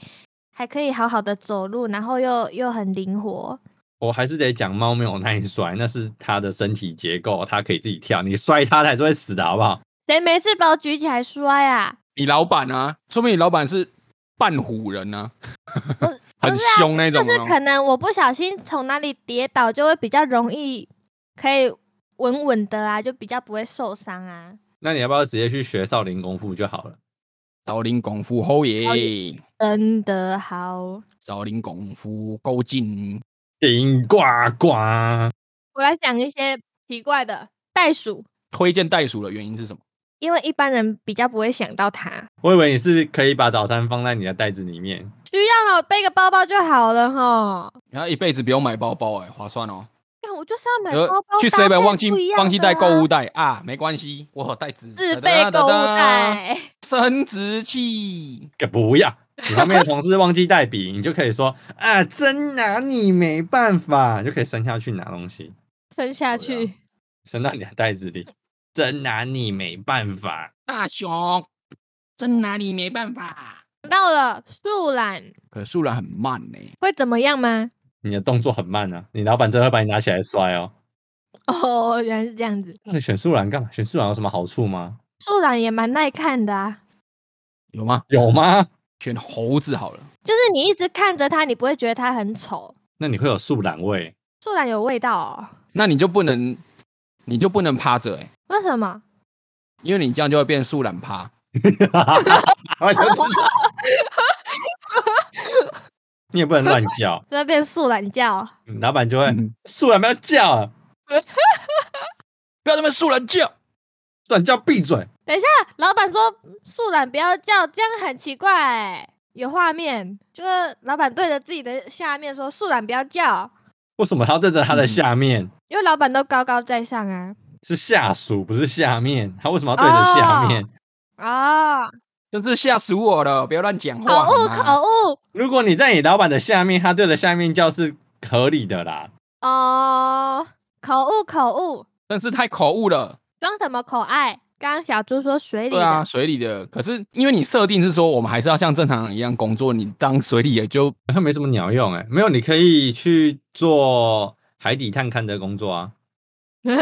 [SPEAKER 1] 还可以好好的走路，然后又又很灵活。
[SPEAKER 2] 我还是得讲猫没有耐摔，那是它的身体结构，它可以自己跳，你摔它它还是会死的好不好？
[SPEAKER 1] 谁没事把我举起来摔啊？
[SPEAKER 3] 你老板啊，说明你老板是半虎人啊， 很
[SPEAKER 1] 不是
[SPEAKER 3] 凶那
[SPEAKER 1] 就
[SPEAKER 3] 种、
[SPEAKER 1] 是
[SPEAKER 3] 啊。
[SPEAKER 1] 可能我不小心从哪里跌倒，就会比较容易可以稳稳的啊，就比较不会受伤啊。
[SPEAKER 2] 那你要不要直接去学少林功夫就好了？
[SPEAKER 3] 少林功夫后
[SPEAKER 1] 好
[SPEAKER 3] 爷，
[SPEAKER 1] 真的好，
[SPEAKER 3] 少林功夫够劲。
[SPEAKER 2] 顶呱呱，
[SPEAKER 1] 我来讲一些奇怪的袋鼠，
[SPEAKER 3] 推荐袋鼠的原因是什么？
[SPEAKER 1] 因为一般人比较不会想到它。
[SPEAKER 2] 我以为你是可以把早餐放在你的袋子里面，
[SPEAKER 1] 需要吗？我背个包包就好了哈。
[SPEAKER 3] 然后一辈子不用买包包、哎，划算哦。
[SPEAKER 1] 但我就是要买
[SPEAKER 3] 呃
[SPEAKER 1] 包包，
[SPEAKER 3] 去
[SPEAKER 1] 搭
[SPEAKER 3] seven
[SPEAKER 1] 配
[SPEAKER 3] 忘记
[SPEAKER 1] 不一样
[SPEAKER 3] 忘记带
[SPEAKER 1] 的
[SPEAKER 3] 购
[SPEAKER 1] 啊
[SPEAKER 3] 物袋啊，没关系，我有袋子。
[SPEAKER 1] 自
[SPEAKER 3] 哒
[SPEAKER 1] 备
[SPEAKER 3] 哒哒
[SPEAKER 1] 购物
[SPEAKER 3] 哒，啊
[SPEAKER 1] 袋。
[SPEAKER 3] 生殖器。
[SPEAKER 2] 可不要。你旁边的同事忘记带笔，你就可以说啊，真拿你没办法，你就可以伸下去拿东西。
[SPEAKER 1] 生下
[SPEAKER 3] 对啊
[SPEAKER 1] 去，
[SPEAKER 2] 伸到你的袋子里，真拿你没办法。
[SPEAKER 3] 大雄，真拿你没办法。
[SPEAKER 1] 到了树懒
[SPEAKER 3] 可是速然很慢呢、
[SPEAKER 1] 会怎么样吗？
[SPEAKER 2] 你的动作很慢啊，你老板真的会把你拿起来摔哦。
[SPEAKER 1] 哦，原来是这样子。
[SPEAKER 2] 那你选素兰干嘛？选素兰有什么好处吗？
[SPEAKER 1] 树懒也蛮耐看的啊，
[SPEAKER 3] 有吗？
[SPEAKER 2] 有吗？
[SPEAKER 3] 选猴子好了，
[SPEAKER 1] 就是你一直看着它，你不会觉得它很丑。
[SPEAKER 2] 那你会有素兰味。
[SPEAKER 1] 树懒有味道哦，
[SPEAKER 3] 那你就不能，你就不能趴着哎、
[SPEAKER 1] 为什么？
[SPEAKER 3] 因为你这样就会变速懒趴。
[SPEAKER 2] 我就知道 你也不能乱 叫，
[SPEAKER 1] 在变树懒觉。
[SPEAKER 2] 嗯老板就会
[SPEAKER 3] 嗯
[SPEAKER 2] 素兰不要叫啊，
[SPEAKER 3] 不要这么速懒叫，
[SPEAKER 2] 素兰叫闭嘴。
[SPEAKER 1] 老板说树懒不要叫，这样很奇怪、有画面，就是老板对着自己的下面说树懒不要叫，
[SPEAKER 2] 为什么他要站在他的
[SPEAKER 3] 嗯
[SPEAKER 2] 下面？
[SPEAKER 1] 因为老板都高高在上啊。
[SPEAKER 2] 是下属，不是下面。他为什么要对着下面？
[SPEAKER 1] 哦，
[SPEAKER 3] 就是吓死我了！不要乱讲话。
[SPEAKER 1] 口误
[SPEAKER 3] 好吗
[SPEAKER 1] 口误
[SPEAKER 2] 如果你在你老板的下面，他对着下面叫是合理的啦。
[SPEAKER 1] 哦，口误口误，
[SPEAKER 3] 但是太口误了。
[SPEAKER 1] 装什么口爱？刚刚小猪说水里
[SPEAKER 3] 对
[SPEAKER 1] 的，
[SPEAKER 3] 啊，水里的。可是因为你设定是说，我们还是要像正常人一样工作，你当水里的就
[SPEAKER 2] 好像没什么鸟用哎、没有，你可以去做海底探勘的工作啊。
[SPEAKER 1] 啊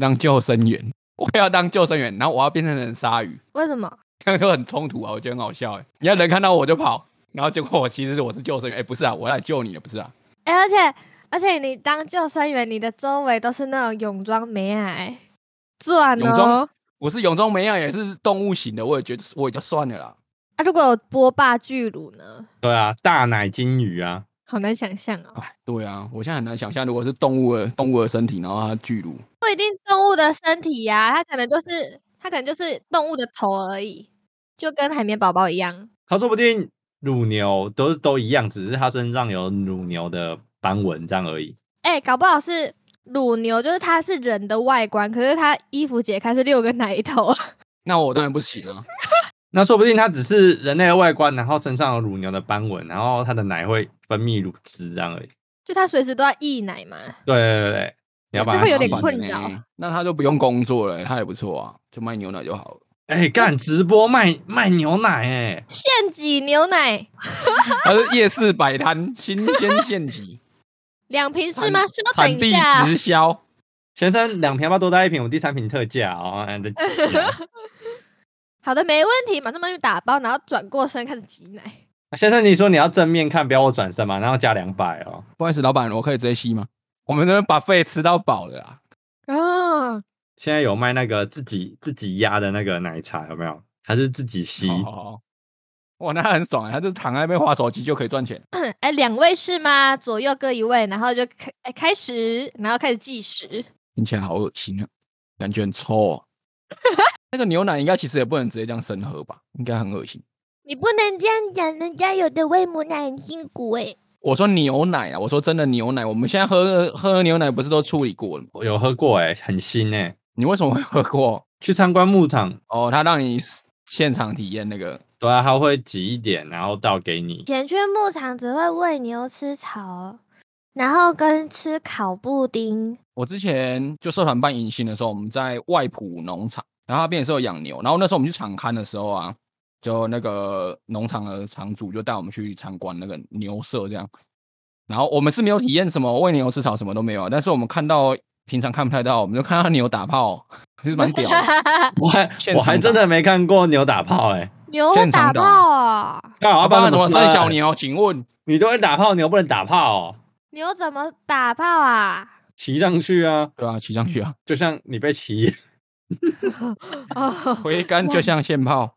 [SPEAKER 3] 当救生员。 我要当救生员，然后我要变成鲨鱼，
[SPEAKER 1] 为什么？
[SPEAKER 3] 这样就很冲突啊！我觉得很好笑哎、你看人看到我就跑，然后结果我其实我是救生员，哎、不是啊，我来救你的，不是啊。
[SPEAKER 1] 哎、而且而且你当救生员，你的周围都是那种泳装美矮，赚
[SPEAKER 3] 泳装
[SPEAKER 1] 哦。
[SPEAKER 3] 我是泳中梅啊亚，也是动物型的，我也觉得我也就算了啦。
[SPEAKER 1] 啊，如果有波霸巨乳呢？
[SPEAKER 2] 对啊，大奶金鱼啊，
[SPEAKER 1] 好难想象哦。
[SPEAKER 3] 哎，对啊，我现在很难想象，如果是动物的动物的身体，然后它巨乳，
[SPEAKER 1] 不一定动物的身体呀、它可能就是它可能就是动物的头而已，就跟海绵宝宝一样。
[SPEAKER 2] 他说不定乳牛都都一样，只是它身上有乳牛的斑纹这样而已。
[SPEAKER 1] 哎、搞不好是乳牛，就是它是人的外观，可是它衣服解开是六个奶头。啊
[SPEAKER 3] 那我当然不行啊。
[SPEAKER 2] 那说不定它只是人类的外观，然后身上有乳牛的斑纹，然后它的奶会分泌乳汁这样而已。
[SPEAKER 1] 就它随时都要溢奶嘛。
[SPEAKER 2] 对对对对，你要把
[SPEAKER 1] 这
[SPEAKER 2] 它
[SPEAKER 1] 会有
[SPEAKER 2] 吸
[SPEAKER 1] 点
[SPEAKER 2] 引
[SPEAKER 1] 困扰。
[SPEAKER 3] 欸那他就不用工作了、他也不错啊，就卖牛奶就好了。
[SPEAKER 2] 哎、干直播卖卖牛奶哎、
[SPEAKER 1] 现挤牛奶
[SPEAKER 3] 他是夜市摆摊，新鲜现 挤，
[SPEAKER 1] 两瓶是吗？稍等
[SPEAKER 3] 产
[SPEAKER 1] 一
[SPEAKER 3] 地
[SPEAKER 1] 下，
[SPEAKER 3] 直销。
[SPEAKER 2] 先生两瓶要不要多带一瓶？我第三瓶特价哦，哎的急啊
[SPEAKER 1] 好的，没问题，马上帮你打包，然后转过身开始挤奶。
[SPEAKER 2] 啊先生，你说你要正面看，不要我转身嘛，然后加两百哦。
[SPEAKER 3] 不好意思，老板，我可以直接吸吗？我们这边把肺吃到饱了啊啦。
[SPEAKER 1] 哦，
[SPEAKER 2] 现在有卖那个自己自己压的那个奶茶，有没有？还是自己吸？
[SPEAKER 3] 好好好哇，那他很爽啊、他就躺在那边划手机就可以赚钱。
[SPEAKER 1] 哎，两位是吗？左右各一位，然后就开哎开始，然后开始计时。
[SPEAKER 3] 听起来好恶心啊，感觉很臭、 哦。那个牛奶应该其实也不能直接这样生喝吧，应该很恶心。
[SPEAKER 1] 你不能这样讲，人家有的喂母奶很辛苦哎、
[SPEAKER 3] 我说牛奶啊，我说真的牛奶，我们现在喝的喝的牛奶不是都处理过了吗？
[SPEAKER 2] 我有喝过哎、很新哎、
[SPEAKER 3] 你为什么会喝过？
[SPEAKER 2] 去参观牧场，
[SPEAKER 3] 哦，他让你 s- 现场体验那个，
[SPEAKER 2] 对啊，他会挤一点，然后倒给你
[SPEAKER 1] 以。前去牧场只会喂牛吃草，然后跟吃烤布丁。
[SPEAKER 3] 我之前就社团办迎新的时候，我们在外埔农场，然后那边也是有养牛，然后那时候我们去场刊的时候啊，就那个农场的场主就带我们去参观那个牛舍这样，然后我们是没有体验什么喂牛吃草什么都没有啊，但是我们看到平常看不太到，我们就看到牛打炮， 其实蛮屌的。
[SPEAKER 2] 我还
[SPEAKER 3] 现
[SPEAKER 2] 我
[SPEAKER 3] 场
[SPEAKER 2] 还
[SPEAKER 3] 打
[SPEAKER 2] 真的没看过牛打炮哎、
[SPEAKER 1] 牛
[SPEAKER 3] 现
[SPEAKER 1] 打
[SPEAKER 3] 场
[SPEAKER 1] 炮
[SPEAKER 3] 打
[SPEAKER 1] 啊、
[SPEAKER 2] 干嘛
[SPEAKER 3] 爸
[SPEAKER 2] 要帮他
[SPEAKER 3] 爸怎
[SPEAKER 2] 们
[SPEAKER 3] 么生小
[SPEAKER 2] 牛？
[SPEAKER 3] 牛？请问
[SPEAKER 2] 你都会打炮，牛不能打炮、哦，
[SPEAKER 1] 牛怎么打炮啊？
[SPEAKER 2] 骑上去啊，
[SPEAKER 3] 对啊，骑上去啊，
[SPEAKER 2] 就像你被骑。
[SPEAKER 1] 哦，
[SPEAKER 3] 回甘就像线炮，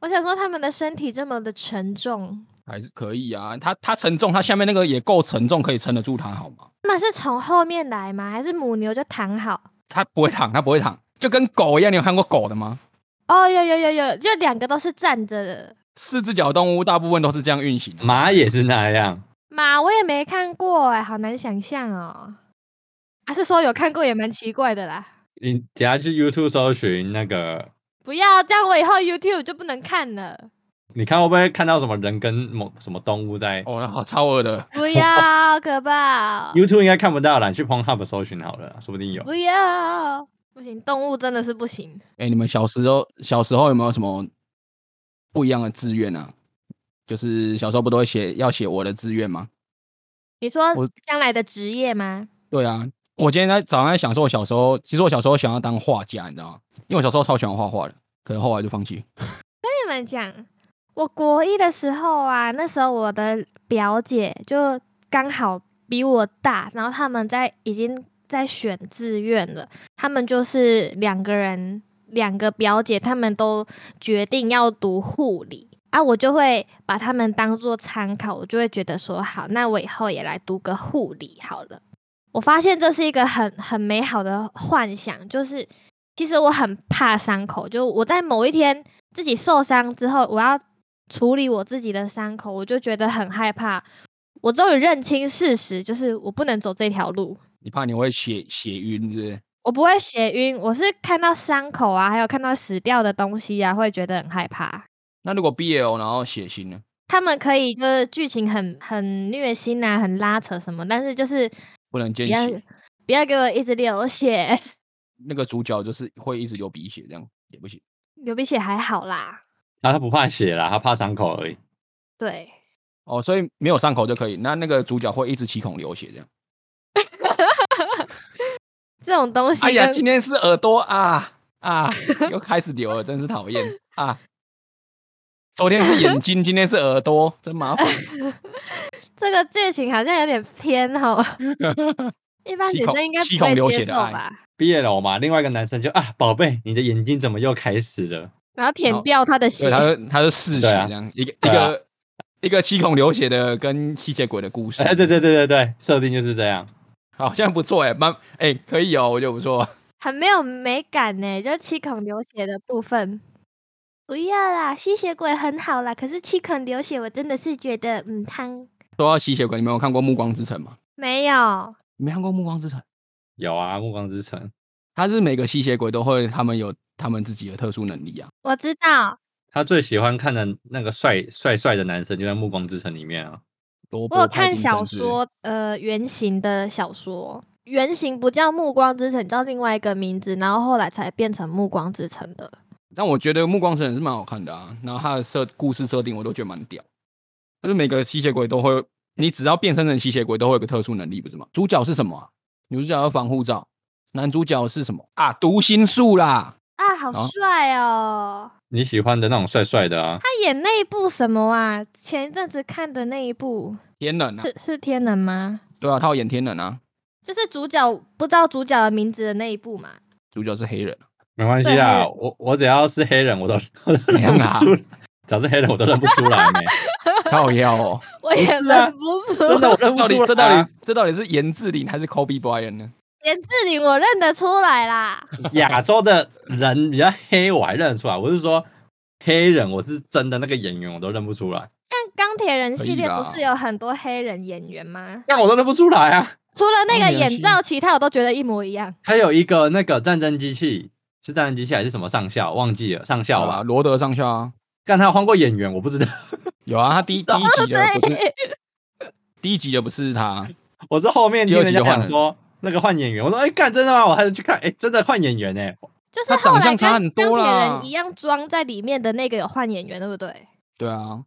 [SPEAKER 1] 我想说他们的身体这么的沉重，
[SPEAKER 3] 还是可以啊。它它沉重，它下面那个也够沉重，可以撑得住它，好吗？
[SPEAKER 1] 他们是从后面来吗？还是母牛就躺好？
[SPEAKER 3] 它不会躺，它不会躺，就跟狗一样。你有看过狗的吗？
[SPEAKER 1] 哦，有有有有，就两个都是站着的。
[SPEAKER 3] 四只脚动物大部分都是这样运行的。
[SPEAKER 2] 马也是那样，
[SPEAKER 1] 马我也没看过哎、好难想象哦。还、是说有看过也蛮奇怪的啦。
[SPEAKER 2] 你等下去 YouTube 搜寻那个
[SPEAKER 1] 不要这样，我以后 YouTube 就不能看了。
[SPEAKER 2] 你看会不会看到什么人跟某什么动物在
[SPEAKER 3] 哦，那好超恶的，
[SPEAKER 1] 不要，可怕哦，
[SPEAKER 2] YouTube 应该看不到啦，你去 Pornhub 搜寻好了，说不定有。
[SPEAKER 1] 不要，不行，动物真的是不行。
[SPEAKER 3] 哎、你们小时候小时候有没有什么不一样的志愿啊？就是小时候不都会写要写我的志愿吗？
[SPEAKER 1] 你说
[SPEAKER 3] 我
[SPEAKER 1] 将来的职业吗？
[SPEAKER 3] 对啊，我今天在早上在想说，我小时候其实我小时候想要当画家，你知道吗？因为我小时候超喜欢画画的，可是后来就放弃。
[SPEAKER 1] 跟你们讲，我国一的时候啊，那时候我的表姐就刚好比我大，然后他们在已经在选志愿了，他们就是两个人，两个表姐，他们都决定要读护理。啊，我就会把他们当做参考，我就会觉得说，好，那我以后也来读个护理好了。我发现这是一个很很美好的幻想，就是其实我很怕伤口，就我在某一天自己受伤之后，我要处理我自己的伤口，我就觉得很害怕。我终于认清事实，就是我不能走这条路。
[SPEAKER 3] 你怕你会写写晕，是不是？
[SPEAKER 1] 我不会血晕，我是看到伤口啊，还有看到死掉的东西啊，会觉得很害怕。
[SPEAKER 3] 那如果 BL 然后血腥呢？
[SPEAKER 1] 他们可以就是剧情很很虐心啊，很拉扯什么，但是就是
[SPEAKER 3] 不能
[SPEAKER 1] 不
[SPEAKER 3] 见
[SPEAKER 1] 要
[SPEAKER 3] 血，
[SPEAKER 1] 不要给我一直流血，
[SPEAKER 3] 那个主角就是会一直流鼻血，这样也不行。
[SPEAKER 1] 流鼻血还好啦。
[SPEAKER 2] 啊，他不怕血啦，他怕伤口而已。
[SPEAKER 1] 对，
[SPEAKER 3] 哦，所以没有伤口就可以。那那个主角会一直七孔流血这样。
[SPEAKER 1] 这种东西
[SPEAKER 3] 哎呀，
[SPEAKER 1] 跟
[SPEAKER 3] 今天是耳朵啊啊，又开始流了，真是讨厌啊！昨天是眼睛，今天是耳朵，真麻烦。
[SPEAKER 1] 这个剧情好像有点偏 哦。一般
[SPEAKER 3] 七
[SPEAKER 1] 女
[SPEAKER 3] 孔
[SPEAKER 1] 生应该
[SPEAKER 3] 七
[SPEAKER 1] 不
[SPEAKER 3] 孔流
[SPEAKER 1] 会接
[SPEAKER 3] 血的
[SPEAKER 1] 受
[SPEAKER 3] 爱
[SPEAKER 1] 吧？
[SPEAKER 2] 毕业了嘛，另外一个男生就啊，宝贝，你的眼睛怎么又开始了？
[SPEAKER 1] 然后
[SPEAKER 3] 然后
[SPEAKER 1] 舔掉他的血
[SPEAKER 3] 哦对，，他就他就嗜血
[SPEAKER 2] 对啊
[SPEAKER 3] 这样，一个一
[SPEAKER 2] 对啊
[SPEAKER 3] 个一个七孔流血的跟吸血鬼的故事。
[SPEAKER 2] 哎，对对对对对，设定就是这样。
[SPEAKER 3] 好像不错哎，蛮哎可以哦，我觉得不错。
[SPEAKER 1] 很没有美感呢，就七孔流血的部分。不要啦，吸血鬼很好啦，可是七孔流血我真的是觉得嗯汤
[SPEAKER 3] 说到吸血鬼，你们有看过《暮光之城》吗？
[SPEAKER 1] 没有。
[SPEAKER 3] 你没看过《暮光之城》？
[SPEAKER 2] 有啊，《暮光之城》
[SPEAKER 3] 它是每个吸血鬼都会，他们有他们自己的特殊能力啊。
[SPEAKER 1] 我知道，
[SPEAKER 2] 他最喜欢看的那个帅帅帅的男生就在《暮光之城》里面啊。
[SPEAKER 3] 罗
[SPEAKER 1] 我有
[SPEAKER 3] 伯派
[SPEAKER 1] 看
[SPEAKER 3] 丁森
[SPEAKER 1] 小
[SPEAKER 3] 之类的，
[SPEAKER 1] 说，呃，原型的小说，原型不叫《暮光之城》，叫另外一个名字，然后后来才变成《暮光之城》的。
[SPEAKER 3] 但我觉得《暮光之城》是蛮好看的啊。然后它的设故事设定我都觉得蛮屌，就是每个吸血鬼都会，你只要变身成吸血鬼都会有个特殊能力，不是吗？主角是什么啊、女主角有防护罩，男主角是什么啊？读心术啦。
[SPEAKER 1] 啊，好
[SPEAKER 3] 哦
[SPEAKER 1] 帅哦！
[SPEAKER 2] 你喜欢的那种帅帅的啊？
[SPEAKER 1] 他演那一部什么啊？前一阵子看的那一部
[SPEAKER 3] 天冷啊，
[SPEAKER 1] 是是天能吗？
[SPEAKER 3] 对啊，他有演天冷啊，
[SPEAKER 1] 就是主角不知道主角的名字的那一部嘛。
[SPEAKER 3] 主角是黑人啊，
[SPEAKER 2] 没关系
[SPEAKER 1] 对黑
[SPEAKER 2] 啊，
[SPEAKER 1] 人
[SPEAKER 2] 我我只要是黑人，我都 我都
[SPEAKER 3] 怎
[SPEAKER 2] 认
[SPEAKER 3] 样
[SPEAKER 2] 不
[SPEAKER 3] 啊
[SPEAKER 2] 出来。只要是黑人，我都认不出 来呢。
[SPEAKER 3] 靠腰哦。
[SPEAKER 1] 我也
[SPEAKER 2] 不是啊
[SPEAKER 1] 认不出。
[SPEAKER 2] 真的，我认不
[SPEAKER 3] 到底
[SPEAKER 2] 出来啊。
[SPEAKER 3] 这到底这到底是严志玲还是 Kobe Bryant 呢？
[SPEAKER 1] 严志玲我认得出来啦，
[SPEAKER 2] 亚洲的人比较黑，我还认得出来。我是说黑人，我是真的那个演员我都认不出来，
[SPEAKER 1] 像钢铁人
[SPEAKER 3] 可
[SPEAKER 1] 系
[SPEAKER 3] 以
[SPEAKER 1] 列不
[SPEAKER 3] 啦
[SPEAKER 1] 是有很多黑人演员吗？
[SPEAKER 2] 但我都认不出来啊。
[SPEAKER 1] 除了那个
[SPEAKER 3] 钢铁人
[SPEAKER 1] 眼
[SPEAKER 3] 系
[SPEAKER 1] 罩，其他我都觉得一模一样。
[SPEAKER 2] 还有一个那个战争机器，是战争机器还是什么上校？忘记了上校
[SPEAKER 3] 有啊，
[SPEAKER 2] 吧？
[SPEAKER 3] 罗德上校啊，
[SPEAKER 2] 但他有换过演员，我不知道。
[SPEAKER 3] 有啊，他第一第一集的不是
[SPEAKER 1] 对，
[SPEAKER 3] 第一集的不是他，
[SPEAKER 2] 我是后面听人
[SPEAKER 3] 第
[SPEAKER 2] 家
[SPEAKER 3] 二集就换
[SPEAKER 2] 讲
[SPEAKER 3] 了
[SPEAKER 2] 说那个换演员，我说哎干、真的吗？我还是去看，哎、真的换演员哎、
[SPEAKER 1] 就是
[SPEAKER 3] 他
[SPEAKER 1] 后
[SPEAKER 3] 长
[SPEAKER 1] 来
[SPEAKER 3] 相
[SPEAKER 1] 跟
[SPEAKER 3] 差
[SPEAKER 1] 钢
[SPEAKER 3] 很
[SPEAKER 1] 铁
[SPEAKER 3] 多啦
[SPEAKER 1] 人一样装在里面的那个有换演员，对不对？
[SPEAKER 3] 对啊，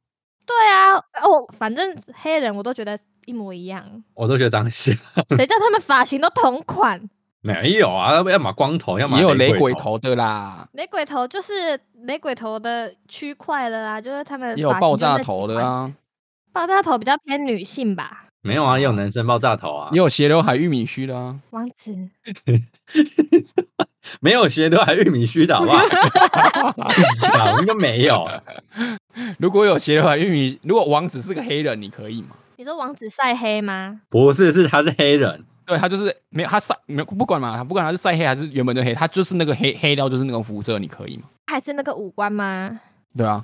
[SPEAKER 1] 对啊，哦，反正黑人我都觉得一模一样，
[SPEAKER 2] 我都觉得长相
[SPEAKER 1] 谁叫他们发型都同款？
[SPEAKER 2] 没有啊，要么光头，要么
[SPEAKER 3] 也有
[SPEAKER 2] 雷
[SPEAKER 3] 雷鬼
[SPEAKER 2] 头。
[SPEAKER 3] 头的啦，
[SPEAKER 1] 雷鬼头就是雷鬼头的区块了啊，就是他们
[SPEAKER 3] 也有
[SPEAKER 1] 发型
[SPEAKER 3] 爆
[SPEAKER 1] 就是
[SPEAKER 3] 炸
[SPEAKER 1] 那
[SPEAKER 3] 头
[SPEAKER 1] 几
[SPEAKER 3] 的
[SPEAKER 1] 款，
[SPEAKER 3] 啊，
[SPEAKER 1] 爆炸头比较偏女性吧，
[SPEAKER 2] 没有啊，也有男生爆炸头啊
[SPEAKER 3] 也，有斜刘海玉米须的啊，
[SPEAKER 1] 王子。
[SPEAKER 2] 没有鞋都还玉米须的好不 好？讲应该没有，
[SPEAKER 3] 如果有斜刘海玉米，如果王子是个黑人，你可以吗？
[SPEAKER 1] 你说王子晒黑吗？
[SPEAKER 2] 不是，是他是黑人，
[SPEAKER 3] 对他就是没有他晒没有不管嘛，他不管他是晒黑还是原本就黑，他就是那个黑黑料就是那个肤色，你可以吗？
[SPEAKER 1] 还是那个五官吗？
[SPEAKER 3] 对啊，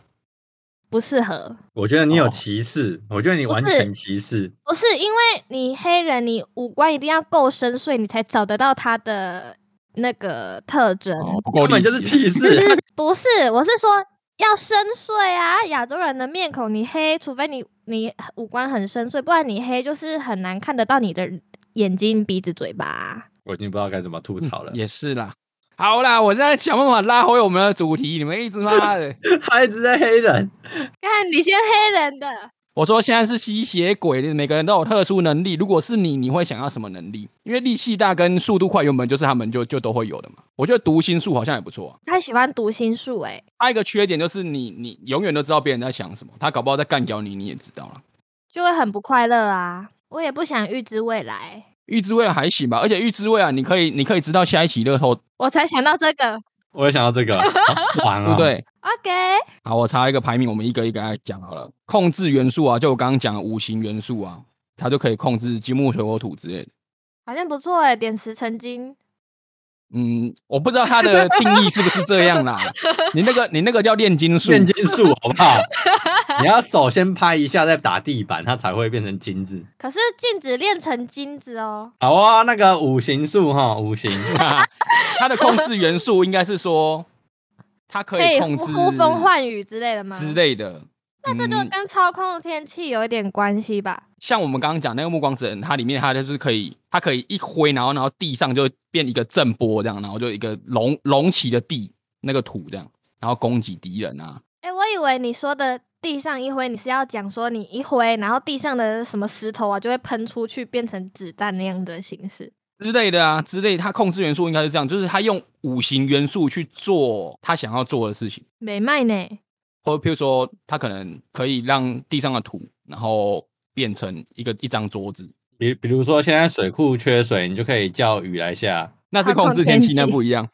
[SPEAKER 1] 不适合，
[SPEAKER 2] 我觉得你有
[SPEAKER 3] 哦
[SPEAKER 2] 歧视，我觉得你
[SPEAKER 1] 不
[SPEAKER 2] 完
[SPEAKER 1] 是
[SPEAKER 2] 全歧视。
[SPEAKER 1] 不是因为你黑人，你五官一定要够深邃，你才找得到他的那个特征。
[SPEAKER 3] 哦不够
[SPEAKER 2] 根本
[SPEAKER 3] 立体
[SPEAKER 2] 就
[SPEAKER 3] 啊，
[SPEAKER 2] 是歧视，
[SPEAKER 1] 不是，我是说，要深邃啊！亚洲人的面孔，你黑，除非你你五官很深邃，不然你黑就是很难看得到你的眼睛、鼻子、嘴巴啊、
[SPEAKER 2] 我已经不知道该怎么吐槽了。
[SPEAKER 3] 也是啦。好啦，我现在想办法拉回我们的主题，你们一直妈的，
[SPEAKER 2] 他一直在黑人，
[SPEAKER 1] 看你先黑人的，
[SPEAKER 3] 我说现在是吸血鬼，每个人都有特殊能力。如果是你，你会想要什么能力？因为力气大跟速度快原本就是他们就就都会有的嘛。我觉得读心术好像也不错、啊。
[SPEAKER 1] 他喜欢读心术哎、
[SPEAKER 3] 还有一个缺点就是你你永远都知道别人在想什么，他搞不好在干掉你，你也知道啦。
[SPEAKER 1] 就会很不快乐啊！我也不想预知未来，
[SPEAKER 3] 预知未来还行吧，而且预知未来你可以你可以知道下一期乐透，
[SPEAKER 1] 我才想到这个。
[SPEAKER 2] 我也想到这个， 好爽啊！
[SPEAKER 3] 对不对？
[SPEAKER 1] OK，
[SPEAKER 3] 好，我查一个排名，我们一个一个来讲好了。控制元素啊，就我刚刚讲的五行元素啊，它就可以控制金木水火土之类的。
[SPEAKER 1] 好像不错哎、点石成金。
[SPEAKER 3] 嗯，我不知道它的定义是不是这样啦。你那个你那个叫炼金术，
[SPEAKER 2] 炼金术好不好？ 你要手先拍一下，再打地板，它才会变成金子。
[SPEAKER 1] 可是禁止练成金子哦。
[SPEAKER 2] 好啊，那个五行术哈，五行
[SPEAKER 3] 它的控制元素应该是说它可以控
[SPEAKER 1] 呼
[SPEAKER 3] 制
[SPEAKER 1] 呼风唤雨之类的吗？
[SPEAKER 3] 之类的。
[SPEAKER 1] 那这就
[SPEAKER 3] 嗯
[SPEAKER 1] 跟操控的天气有一点关系吧？
[SPEAKER 3] 像我们刚刚讲那个暮光之人，它里面它就是可以，它可以一挥，然后然后地上就变一个震波这样，然后就一个隆隆起的地那个土这样，然后攻击敌人啊。
[SPEAKER 1] 哎、我以为你说的地上一挥，你是要讲说你一挥，然后地上的什么石头啊就会喷出去，变成子弹那样的形式。
[SPEAKER 3] 之类的啊，之类，它控制元素应该是这样，就是它用五行元素去做它想要做的事情，
[SPEAKER 1] 没卖呢，
[SPEAKER 3] 或者譬如说，它可能可以让地上的土，然后变成一个一张桌子，
[SPEAKER 2] 比比如说现在水库缺水，你就可以叫雨来下，
[SPEAKER 3] 那是
[SPEAKER 1] 操控
[SPEAKER 3] 控制
[SPEAKER 1] 天
[SPEAKER 3] 天气，
[SPEAKER 1] 气
[SPEAKER 3] 那不 一样，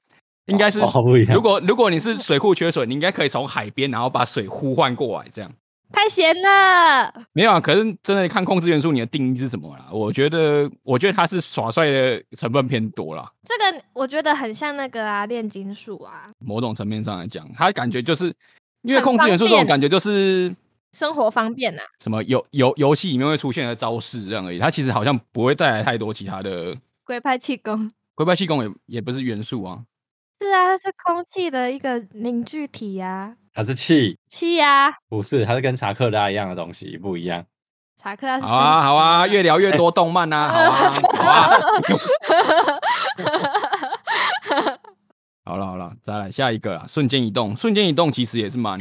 [SPEAKER 3] 应该是。
[SPEAKER 2] 哦不一样
[SPEAKER 3] 如。果如果你是水库缺水，你应该可以从海边，然后把水呼唤过来，这样
[SPEAKER 1] 太闲了。
[SPEAKER 3] 没有啊？可是真的看控制元素，你的定义是什么啦？我觉得，我觉得它是耍帅的成分偏多啦。
[SPEAKER 1] 这个我觉得很像那个啊，炼金术啊，
[SPEAKER 3] 某种层面上来讲，它感觉就是因为
[SPEAKER 1] 很
[SPEAKER 3] 控制
[SPEAKER 1] 方
[SPEAKER 3] 元素这种
[SPEAKER 1] 便
[SPEAKER 3] 感觉就是
[SPEAKER 1] 生活方便呐、
[SPEAKER 3] 什么游游游戏里面会出现的招式这样而已，它其实好像不会带来太多其他的。
[SPEAKER 1] 龟派气功。
[SPEAKER 3] 龟派气功也也不是元素啊，
[SPEAKER 1] 是啊，它是空气的一个凝聚体啊呀、
[SPEAKER 2] 它是气，
[SPEAKER 1] 气呀、
[SPEAKER 2] 不是，它是跟查克拉一样的东西，不一样。
[SPEAKER 1] 查克拉是
[SPEAKER 3] 好啊
[SPEAKER 1] 身
[SPEAKER 3] 好啊，
[SPEAKER 1] 心灵
[SPEAKER 3] 越聊越多动 漫啊，好啊好啊，好了好了，再来下一个啦，瞬间移动，瞬间移动其实也是蛮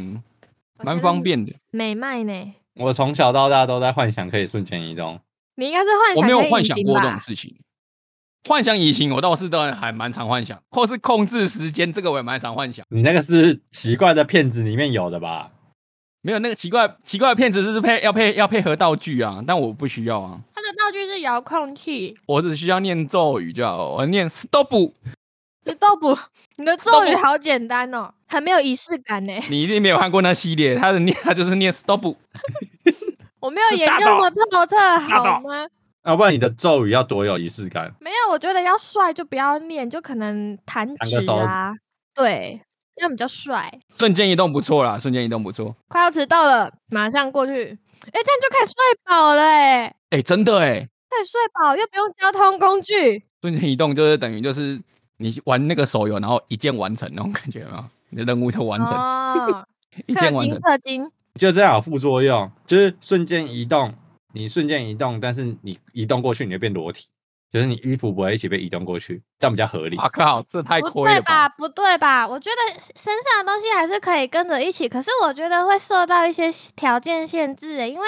[SPEAKER 1] 我
[SPEAKER 3] 蛮
[SPEAKER 1] 觉得
[SPEAKER 3] 方
[SPEAKER 1] 你
[SPEAKER 3] 便的，
[SPEAKER 1] 美卖呢。
[SPEAKER 2] 我从小到大都在幻想可以瞬间移动，
[SPEAKER 1] 你应该是幻想
[SPEAKER 3] 我没有
[SPEAKER 1] 跟
[SPEAKER 3] 幻
[SPEAKER 1] 隐
[SPEAKER 3] 想
[SPEAKER 1] 形
[SPEAKER 3] 过这
[SPEAKER 1] 吧
[SPEAKER 3] 种事情。幻想移情，我倒是倒还蛮常幻想，或是控制时间，这个我也蛮常幻想。
[SPEAKER 2] 你那个是奇怪的片子里面有的吧？
[SPEAKER 3] 没有那个奇怪奇怪的片子，就是配要配要配合道具啊，但我不需要啊。
[SPEAKER 1] 它的道具是遥控器，
[SPEAKER 3] 我只需要念咒语就好，我念 stop，
[SPEAKER 1] 这豆腐，你的咒
[SPEAKER 3] 豆
[SPEAKER 1] 语
[SPEAKER 3] 腐
[SPEAKER 1] 好简单哦，很没有仪式感呢。
[SPEAKER 3] 你一定没有看过那系列，他的念他就是念 stop，
[SPEAKER 1] 我没有
[SPEAKER 3] 是
[SPEAKER 1] 研
[SPEAKER 3] 大
[SPEAKER 1] 究
[SPEAKER 3] 豆
[SPEAKER 1] 过透彻好
[SPEAKER 3] 豆
[SPEAKER 1] 吗？
[SPEAKER 2] 啊要不然你的咒语要多有仪式感？
[SPEAKER 1] 没有，我觉得要帅就不要念，就可能弹
[SPEAKER 2] 弹
[SPEAKER 1] 指
[SPEAKER 2] 个手指
[SPEAKER 1] 啊，对，这样比较帅。
[SPEAKER 3] 瞬间移动不错啦，瞬间移动不错。
[SPEAKER 1] 快要迟到了，马上过去。哎、这样就可以睡饱了、哎，
[SPEAKER 3] 哎、真的哎、
[SPEAKER 1] 可以睡饱，又不用交通工具。
[SPEAKER 3] 瞬间移动就是等于就是你玩那个手游，然后一键完成那种感觉啊，你的任务就完成，
[SPEAKER 1] 哦，
[SPEAKER 3] 一
[SPEAKER 1] 氪
[SPEAKER 3] 键完
[SPEAKER 1] 金
[SPEAKER 3] 成。
[SPEAKER 1] 氪金，
[SPEAKER 2] 就这样有副作用，就是瞬间移动，你瞬间移动，但是你移动过去你会变裸体，就是你衣服不会一起被移动过去，这样比较合理。
[SPEAKER 3] 哇靠，这太
[SPEAKER 1] 不
[SPEAKER 3] 亏
[SPEAKER 1] 对
[SPEAKER 3] 了吧！
[SPEAKER 1] 吧？不对吧？我觉得身上的东西还是可以跟着一起，可是我觉得会受到一些条件限制、哎，因为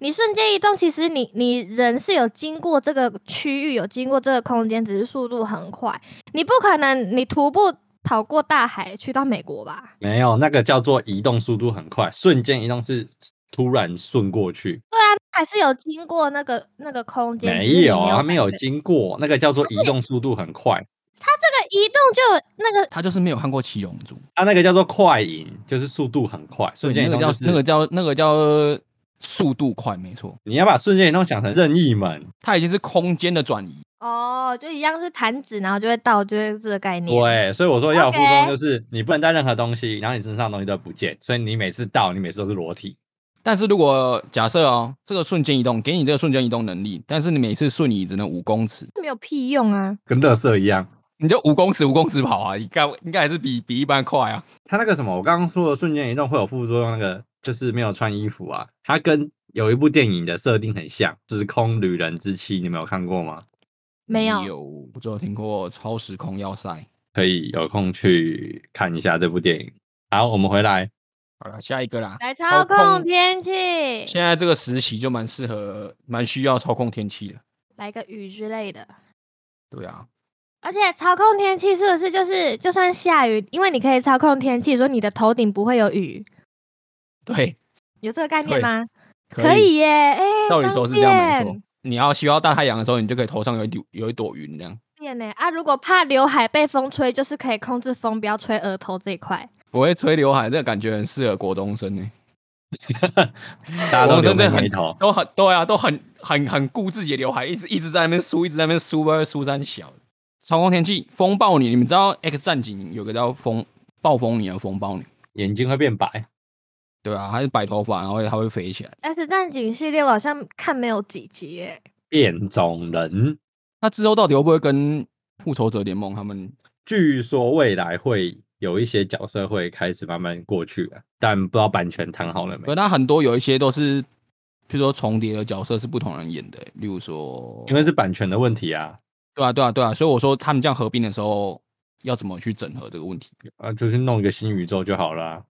[SPEAKER 1] 你瞬间移动，其实你你人是有经过这个区域，有经过这个空间，只是速度很快，你不可能你徒步跑过大海去到美国吧？
[SPEAKER 2] 没有那个叫做移动速度很快，瞬间移动是突然顺过去，
[SPEAKER 1] 对啊，还是有经过那个那个空间，只是
[SPEAKER 2] 没
[SPEAKER 1] 你
[SPEAKER 2] 有啊，它
[SPEAKER 1] 没
[SPEAKER 2] 没有
[SPEAKER 1] 感觉
[SPEAKER 2] 经过，那个叫做移动速度很快，
[SPEAKER 1] 这个移动就有那个
[SPEAKER 3] 他就是没有看过《七龙珠》，
[SPEAKER 2] 它啊那个叫做快银，就是速度很快，瞬间
[SPEAKER 3] 对
[SPEAKER 2] 移
[SPEAKER 3] 那
[SPEAKER 2] 动
[SPEAKER 3] 个
[SPEAKER 2] 就
[SPEAKER 3] 叫
[SPEAKER 2] 是
[SPEAKER 3] 那个叫那个叫速度快，没错，
[SPEAKER 2] 你要把瞬间移动想成任意门，
[SPEAKER 3] 它已经是空间的转移。
[SPEAKER 1] 哦，就一样是弹指，然后就会到，就是这个概念。
[SPEAKER 2] 对，所以我说要有副作用
[SPEAKER 1] OK
[SPEAKER 2] 就是你不能带任何东西，然后你身上的东西都不见，所以你每次到你每次都是裸体。
[SPEAKER 3] 但是如果假设哦，这个瞬间移动给你这个瞬间移动能力，但是你每次瞬移只能五公尺，
[SPEAKER 1] 没有屁用啊！
[SPEAKER 2] 跟垃圾一样。
[SPEAKER 3] 你就五公尺五公尺跑啊，应该应该还是比比一般快啊。
[SPEAKER 2] 它那个什么，我刚刚说的瞬间移动会有副作用，那个就是没有穿衣服啊。它跟有一部电影的设定很像，《时空旅人之妻》，你们有看过吗？
[SPEAKER 1] 没有
[SPEAKER 3] 有，哎我只有听过超时空要塞。
[SPEAKER 2] 可以有空去看一下这部电影。好，我们回来，
[SPEAKER 3] 好了，下一个啦。
[SPEAKER 1] 来操控天气，
[SPEAKER 3] 现在这个时期就蛮适合，蛮需要操控天气的。
[SPEAKER 1] 来个雨之类的。
[SPEAKER 3] 对啊，
[SPEAKER 1] 而且操控天气是不是就是就算下雨，因为你可以操控天气，所以你的头顶不会有雨，
[SPEAKER 3] 对，
[SPEAKER 1] 有这个概念
[SPEAKER 3] 对
[SPEAKER 1] 吗？
[SPEAKER 3] 可
[SPEAKER 1] 可以耶，哎、
[SPEAKER 3] 道理说是这样没
[SPEAKER 1] 方
[SPEAKER 3] 错。你要需要大太阳的时候，你就可以头上有一朵有一朵云这样。
[SPEAKER 1] 便呢、啊！如果怕刘海被风吹，就是可以控制风不要吹额头这一块。
[SPEAKER 3] 我会吹刘海，这个感觉很适合国中生呢、欸
[SPEAKER 2] 大家都
[SPEAKER 3] 我
[SPEAKER 2] 留
[SPEAKER 3] 真的
[SPEAKER 2] 眉
[SPEAKER 3] 很
[SPEAKER 2] 头。
[SPEAKER 3] 都很对啊，都很很很顾自己的刘海，一直一直在那边梳，一直在那边梳，不会梳三小。操控天气，风暴女，你们知道《X 战警》有个叫风暴风女和啊风暴女，
[SPEAKER 2] 眼睛会变白，
[SPEAKER 3] 对啊，她是白头发，然后她会飞起来。
[SPEAKER 1] S 战警系列我好像看没有几集耶，
[SPEAKER 2] 变种人。
[SPEAKER 3] 她之后到底会不会跟复仇者联盟他们？
[SPEAKER 2] 据说未来会有一些角色会开始慢慢过去啊，但不知道版权谈好了没
[SPEAKER 3] 可？她很多有一些都是，譬如说重叠的角色是不同人演的、例如说，
[SPEAKER 2] 因为是版权的问题啊，
[SPEAKER 3] 对啊对啊对啊，所以我说他们这样合并的时候要怎么去整合这个问题？
[SPEAKER 2] 啊，就去弄一个新宇宙就好啦、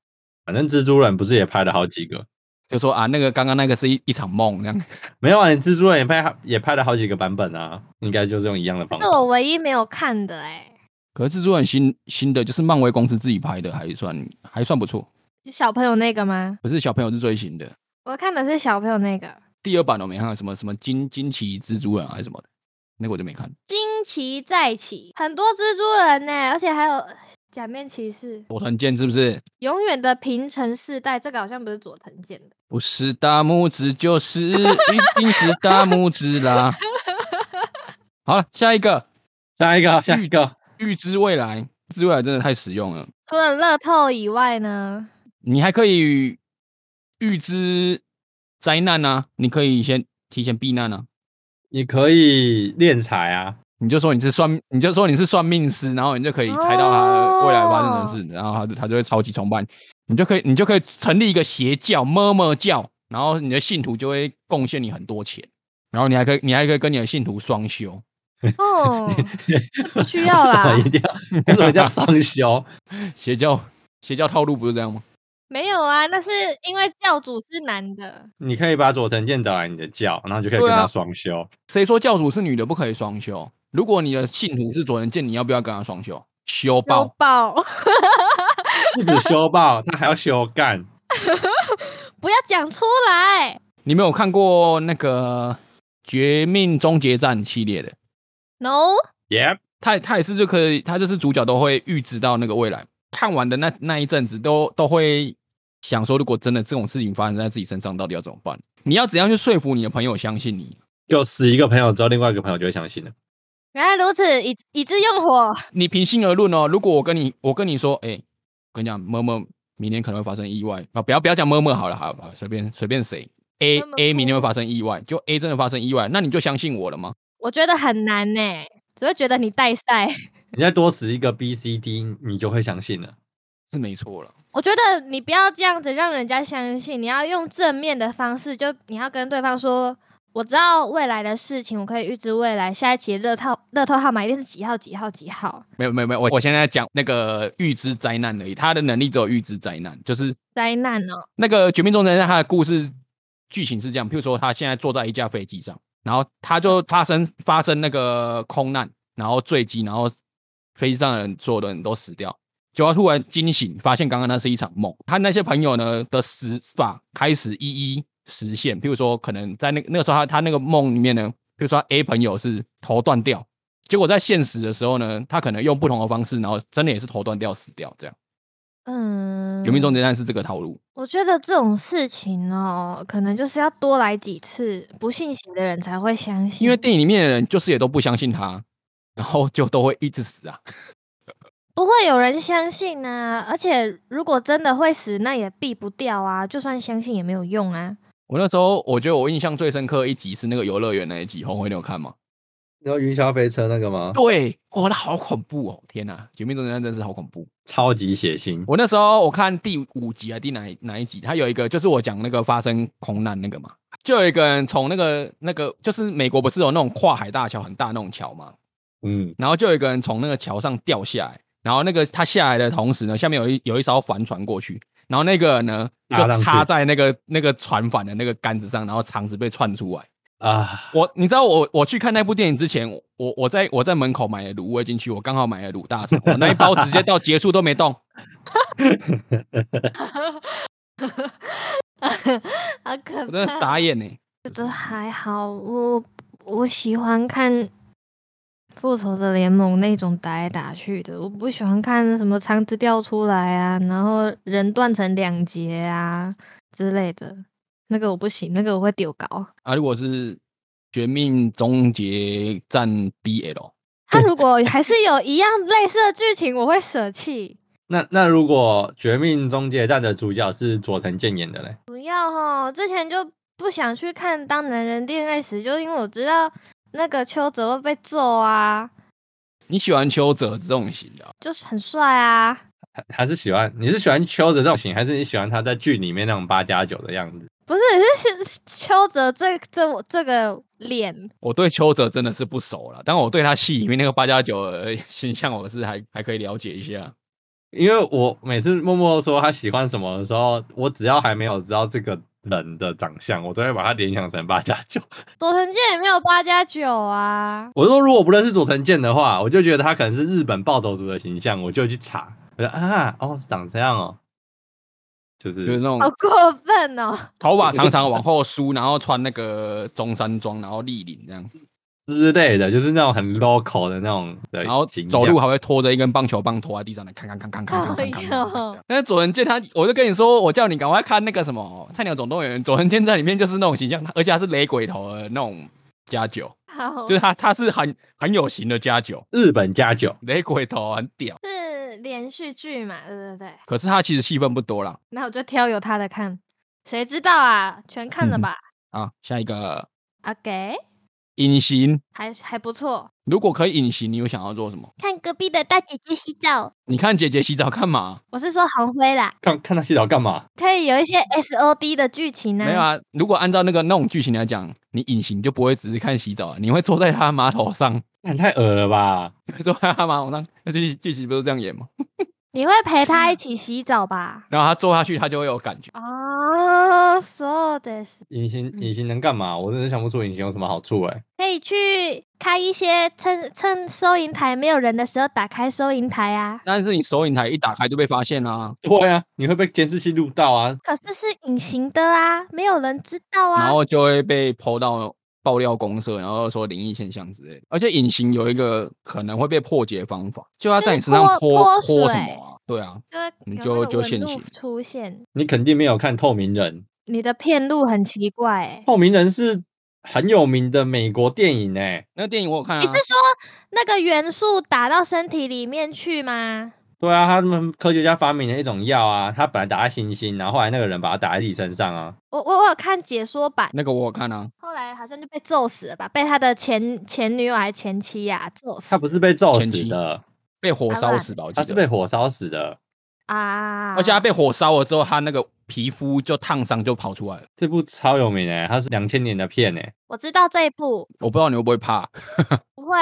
[SPEAKER 2] 反正蜘蛛人不是也拍了好几个？
[SPEAKER 3] 就说啊，那个刚刚那个是一一场梦这样。
[SPEAKER 2] 没有啊，你蜘蛛人也拍也拍了好几个版本啊，应该就是用一样的方
[SPEAKER 3] 哦
[SPEAKER 1] 是
[SPEAKER 2] 法。
[SPEAKER 1] 我唯一没有看的哎。
[SPEAKER 3] 可是蜘蛛人新新的就是漫威公司自己拍的，还算还算不错。
[SPEAKER 1] 就小朋友那个吗？
[SPEAKER 3] 可是小朋友是最新的，
[SPEAKER 1] 我看的是小朋友那个
[SPEAKER 3] 第二版我没看，什么什么惊惊奇蜘蛛人还是什么的，那个我就没看。
[SPEAKER 1] 惊奇再起，很多蜘蛛人呢、而且还有假面骑士。
[SPEAKER 3] 佐藤健是不是？
[SPEAKER 1] 永远的平成世代，这个好像不是佐藤健的。
[SPEAKER 3] 不是大拇指就是一定是大拇指啦。好了，下一个
[SPEAKER 2] 下一个，下
[SPEAKER 1] 嗯
[SPEAKER 2] 一个，
[SPEAKER 3] 预知未来，预知未来真的太实用了。
[SPEAKER 1] 除了乐透以外呢，
[SPEAKER 3] 你还可以预知灾难啊，你可以先提前避难啊。
[SPEAKER 2] 你可以练财啊，
[SPEAKER 3] 你就说你是算，你就说你是算命师，然后你就可以猜到他未来发生什么事，然后他就他就会超级崇拜你，你就可以你就可以成立一个邪教么么教，然后你的信徒就会贡献你很多钱，然后你还可以你还可以跟你的信徒双修，
[SPEAKER 1] 哦，不需 要
[SPEAKER 2] 为什
[SPEAKER 1] 啦
[SPEAKER 2] 么一，定要？为什么一定要双休？
[SPEAKER 3] 邪教邪教套路不是这样吗？
[SPEAKER 1] 没有啊，那是因为教主是男的，
[SPEAKER 2] 你可以把佐藤健找来你的教，然后就可以跟
[SPEAKER 3] 对啊
[SPEAKER 2] 他双休。
[SPEAKER 3] 谁说教主是女的不可以双修？如果你的信徒是左人剑，你要不要跟他双修？修
[SPEAKER 1] 有
[SPEAKER 3] 爆！
[SPEAKER 1] 爆，
[SPEAKER 2] 不止修爆，他还要修干。
[SPEAKER 1] 不要讲出来。
[SPEAKER 3] 你没有看过那个《绝命终结战》系列的？
[SPEAKER 1] No，
[SPEAKER 2] Yep，
[SPEAKER 3] 他他也是就可以，他就是主角都会预知到那个未来。看完的那那一阵子都，都会想说，如果真的这种事情发生在自己身上，到底要怎么办？你要怎样去说服你的朋友相信你？
[SPEAKER 2] 就死一个朋友之后，另外一个朋友就会相信了。
[SPEAKER 1] 原来如此，以以致用火。
[SPEAKER 3] 你平心而论哦，如果我跟你我跟你说，哎、我跟你讲，么么明天可能会发生意外啊，不要不要讲么么好了，好了好了，随便随便谁。A
[SPEAKER 1] 么么
[SPEAKER 3] A 明天会发生意外，就 A 真的发生意外，那你就相信我了吗？
[SPEAKER 1] 我觉得很难呢、只会觉得你带赛。
[SPEAKER 2] 你再多死一个 B、C、D，你就会相信了。
[SPEAKER 3] 是没错了。
[SPEAKER 1] 我觉得你不要这样子让人家相信，你要用正面的方式，就你要跟对方说，我知道未来的事情，我可以预知未来，下一期乐透乐透号码一定是几号几号几号
[SPEAKER 3] 没有没有没有，我我现在讲那个预知灾难而已，他的能力只有预知灾难，就是
[SPEAKER 1] 灾难哦，
[SPEAKER 3] 那个《绝命终结战》它的故事剧情是这样，譬如说他现在坐在一架飞机上，然后他就发生发生那个空难，然后坠机，然后飞机上的人所有的人都死掉。结果他突然惊醒，发现刚刚那是一场梦。他那些朋友呢的死法开始一一实现，譬如说可能在那个那个时候他他那个梦里面呢，譬如说他 A 朋友是头断掉，结果在现实的时候呢，他可能用不同的方式，然后真的也是头断掉死掉这样。
[SPEAKER 1] 嗯，
[SPEAKER 3] 《绝命终结战》是这个套路。
[SPEAKER 1] 我觉得这种事情哦，可能就是要多来几次，不信邪的人才会相信。
[SPEAKER 3] 因为电影里面的人就是也都不相信他，然后就都会一直死啊。
[SPEAKER 1] 不会有人相信啊，而且如果真的会死，那也避不掉啊，就算相信也没有用啊。
[SPEAKER 3] 我那时候我觉得我印象最深刻一集是那个游乐园那一集，红灰你有看吗？
[SPEAKER 2] 你说云霄飞车那个吗？
[SPEAKER 3] 对，哇，那好恐怖哦！天哪，《绝命终结站》真是好恐怖。
[SPEAKER 2] 超级血腥，
[SPEAKER 3] 我那时候我看第五集啊，第哪一哪一集？他有一个就是我讲那个发生空难那个嘛，就有一个人从那个那个就是美国不是有那种跨海大桥很大那种桥嘛，
[SPEAKER 2] 嗯，
[SPEAKER 3] 然后就有一个人从那个桥上掉下来，然后那个他下来的同时呢，下面有一有一艘帆船过去，然后那个人呢就
[SPEAKER 2] 搭上去
[SPEAKER 3] 插在那个那个船帆的那个杆子上，然后肠子被窜出来。
[SPEAKER 2] 啊，
[SPEAKER 3] 我你知道我我去看那部电影之前，我我在我在门口买了卤味进去，我刚好买了卤大肠，我那一包直接到结束都没 动。
[SPEAKER 1] 好可
[SPEAKER 3] 我真的
[SPEAKER 1] 怕。
[SPEAKER 3] 傻眼呢、欸
[SPEAKER 1] 觉得还好，我我喜欢看《复仇者联盟》那种打来打去的，我不喜欢看什么肠子掉出来啊，然后人断成两截啊之类的，那个我不行，那个我会丢稿。
[SPEAKER 3] 啊，如果是《绝命终结战》BL，
[SPEAKER 1] 他如果还是有一样类似的剧情，我会舍弃。
[SPEAKER 2] 那那如果《绝命终结战》的主角是佐藤健演的嘞，
[SPEAKER 1] 不要哈，之前就不想去看《当男人恋爱时》，就因为我知道那个邱泽会被揍啊，
[SPEAKER 3] 你喜欢邱泽这种型的啊、
[SPEAKER 1] 就是很帅啊。
[SPEAKER 2] 还还是喜欢？你是喜欢邱泽这种型，还是你喜欢他在剧里面那种八加九的样子？
[SPEAKER 1] 不是，是是邱泽这这这个脸，
[SPEAKER 3] 我对邱泽真的是不熟了，但我对他戏里面那个八加九的 形象，我是还还可以了解一下。
[SPEAKER 2] 因为我每次默默说他喜欢什么的时候，我只要还没有知道这个人的长相，我都会把他联想成八加九。
[SPEAKER 1] 佐藤健也没有八加九啊。
[SPEAKER 2] 我说如果不认识佐藤健的话，我就觉得他可能是日本暴走族的形象，我就去查，我说啊，哦，是长这样哦，就
[SPEAKER 3] 就是
[SPEAKER 2] 是
[SPEAKER 3] 那种
[SPEAKER 1] 好过分哦！
[SPEAKER 3] 头发长长往后梳，然后穿那个中山装，然后立领这样，
[SPEAKER 2] 之类的，就是那种很 local 的那种的
[SPEAKER 3] 然后
[SPEAKER 2] 形象
[SPEAKER 3] 走路还会拖着一根棒球棒拖在地上的，看看看看看看看看
[SPEAKER 1] 哎呦
[SPEAKER 3] 看。这样那佐藤健他，我就跟你说，我叫你赶快看那个什么《菜鸟总动员》，佐藤健在里面就是那种形象，而且他是雷鬼头的那种加九。
[SPEAKER 1] 好，
[SPEAKER 3] 就是他他是很很有型的加九，
[SPEAKER 2] 日本加九。
[SPEAKER 3] 雷鬼头很屌，
[SPEAKER 1] 是连续剧嘛，对不对？
[SPEAKER 3] 可是他其实戏份不多啦。
[SPEAKER 1] 那我就挑有他的看，谁知道啊？全看了吧？
[SPEAKER 3] 啊，下一个
[SPEAKER 1] 啊给，
[SPEAKER 3] 隐形，
[SPEAKER 1] 还还不错。
[SPEAKER 3] 如果可以隐形，你有想要做什么？
[SPEAKER 1] 看隔壁的大姐姐洗澡，
[SPEAKER 3] 你看姐姐洗澡干嘛？
[SPEAKER 1] 我是说红灰啦，
[SPEAKER 2] 看看他洗澡干嘛？
[SPEAKER 1] 可以有一些 S O D 的剧情呢、
[SPEAKER 3] 没有啊，如果按照那个那种剧情来讲，你隐形就不会只是看洗澡了，啊你会坐在他马桶上，
[SPEAKER 2] 看太恶了吧！
[SPEAKER 3] 你会坐在他马桶上。那剧剧情不是这样演吗？
[SPEAKER 1] 你会陪
[SPEAKER 3] 嗯
[SPEAKER 1] 他一起洗澡吧？
[SPEAKER 3] 然后他坐下去，他就会有感觉。
[SPEAKER 1] 哦，そうです。
[SPEAKER 2] 隐形
[SPEAKER 3] 嗯
[SPEAKER 2] 隐形能干嘛？我真的想不出隐形有什么好处哎、
[SPEAKER 1] 可以去开一些趁趁收银台没有人的时候打开收银台啊。
[SPEAKER 3] 但是你手影台一打开就被发现啦、
[SPEAKER 2] 对啊，你会被监视器录到啊！
[SPEAKER 1] 可是是隐形的啊，没有人知道
[SPEAKER 3] 然
[SPEAKER 1] 啊。
[SPEAKER 3] 后就会被抛到爆料公社，然后说灵异现象之类的。而且隐形有一个可能会被破解方法，就要在你身上
[SPEAKER 1] 就是
[SPEAKER 3] 泼
[SPEAKER 1] 泼泼
[SPEAKER 3] 泼什
[SPEAKER 1] 水
[SPEAKER 3] 么啊？对啊，
[SPEAKER 1] 就会
[SPEAKER 3] 你
[SPEAKER 1] 有
[SPEAKER 3] 就
[SPEAKER 1] 那个
[SPEAKER 3] 就
[SPEAKER 1] 纹
[SPEAKER 3] 现
[SPEAKER 1] 路
[SPEAKER 3] 形
[SPEAKER 1] 出现，
[SPEAKER 2] 你肯定没有看《透明人》，《
[SPEAKER 1] 你的片路很奇怪、欸。
[SPEAKER 2] 透明人》是很有名的美国电影哎、
[SPEAKER 3] 那个电影我有看
[SPEAKER 1] 你是，
[SPEAKER 3] 啊
[SPEAKER 1] 说那个元素打到身体里面去吗？
[SPEAKER 2] 对啊，他们科学家发明了一种药啊，他本来打在猩猩，然后后来那个人把它打在自己身上啊。
[SPEAKER 1] 我我我有看解说版，
[SPEAKER 3] 那个我有看啊，
[SPEAKER 1] 后来好像就被揍死了吧？被他的前前女友还前妻呀、揍死
[SPEAKER 2] 他不是被揍
[SPEAKER 3] 前
[SPEAKER 2] 死
[SPEAKER 3] 妻
[SPEAKER 2] 的，
[SPEAKER 3] 被火
[SPEAKER 1] 啊
[SPEAKER 3] 烧
[SPEAKER 1] 那
[SPEAKER 3] 死吧？我
[SPEAKER 2] 他
[SPEAKER 3] 记
[SPEAKER 2] 是被
[SPEAKER 3] 得，
[SPEAKER 2] 火烧死的。
[SPEAKER 1] 啊！
[SPEAKER 3] 而且他被火烧了之后，他那个皮肤就烫伤就跑出来了。
[SPEAKER 2] 这部超有名哎、它是两千年的片哎、
[SPEAKER 1] 我知道这一部
[SPEAKER 3] 我不知道你会不会怕？
[SPEAKER 1] 不会，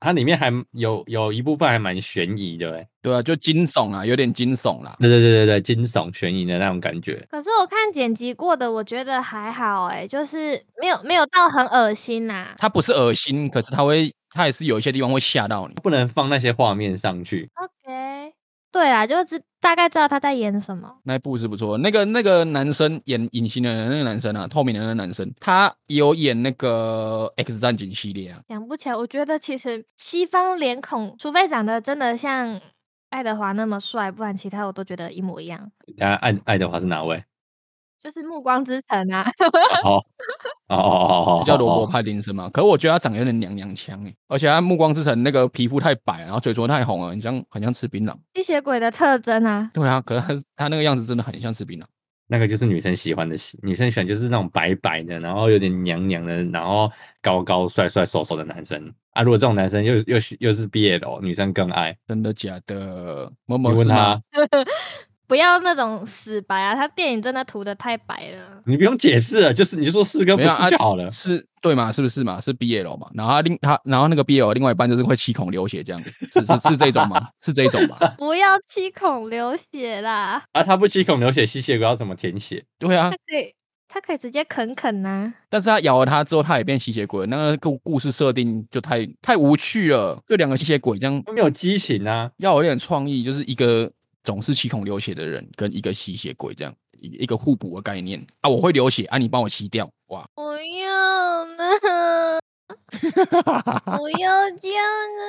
[SPEAKER 2] 它里面还有有一部分还蛮悬疑的哎、
[SPEAKER 3] 对啊，就惊悚啊，有点惊悚啦。
[SPEAKER 2] 对对对对对，惊悚悬疑的那种感觉。
[SPEAKER 1] 可是我看剪辑过的，我觉得还好哎、就是没有没有到很恶心呐、
[SPEAKER 3] 它不是恶心，可是它会，它也是有一些地方会吓到你。
[SPEAKER 2] 不能放那些画面上去。
[SPEAKER 1] OK，对啦，就知大概知道他在演什么。
[SPEAKER 3] 那一部是不错。那个那个男生演隐形的人那个男生啊，透明的那个男生，他有演那个《X 战警》系列啊。
[SPEAKER 1] 想不起来，我觉得其实西方脸孔，除非长得真的像爱德华那么帅，不然其他我都觉得一模一样。
[SPEAKER 2] 大家爱爱德华是哪位？
[SPEAKER 1] 就是《暮光之城》啊，
[SPEAKER 2] 哦哦哦哦哦，
[SPEAKER 3] 是叫罗伯
[SPEAKER 2] 哦
[SPEAKER 3] ·派丁森嘛？可是我觉得他长得有点娘娘腔哎、而且他《暮光之城》那个皮肤太白，啊然后嘴唇太红了，很像很像吃槟榔。
[SPEAKER 1] 吸血鬼的特征啊。
[SPEAKER 3] 对啊，可是他他那个样子真的很像吃槟榔。
[SPEAKER 2] 那个就是女生喜欢的型，女生喜欢就是那种白白的，然后有点娘娘的，然后高高帅帅瘦瘦的男生啊。如果这种男生又又是又是 BL，女生更爱。
[SPEAKER 3] 真的假的？某
[SPEAKER 2] 你
[SPEAKER 3] 某
[SPEAKER 2] 问
[SPEAKER 3] 是
[SPEAKER 2] 他
[SPEAKER 3] 吗？，
[SPEAKER 1] 不要那种死白啊！他电影真的涂的太白了。
[SPEAKER 2] 你不用解释了，就是你就说是跟不
[SPEAKER 3] 没有啊
[SPEAKER 2] 是就好了。
[SPEAKER 3] 是对嘛？是不是嘛？是 BL 嘛？然后他另他然后那个 BL 另外一半就是会七孔流血这样，是是是这种吗？是这种吗？
[SPEAKER 1] 不要七孔流血啦，
[SPEAKER 2] 啊，他不七孔流血，吸血鬼要怎么填血？
[SPEAKER 3] 对啊
[SPEAKER 1] 他，可以，他可以直接啃啃呐、
[SPEAKER 3] 但是他咬了他之后，他也变吸血鬼了，那个故故事设定就太太无趣了。就两个吸血鬼这样，
[SPEAKER 2] 他没有激情啊，
[SPEAKER 3] 要有点创意，就是一个总是七孔流血的人跟一个吸血鬼这样，一一个互补的概念啊。我会流血啊，你帮我吸掉， 哇！
[SPEAKER 1] 不要呢， 不要这样啊！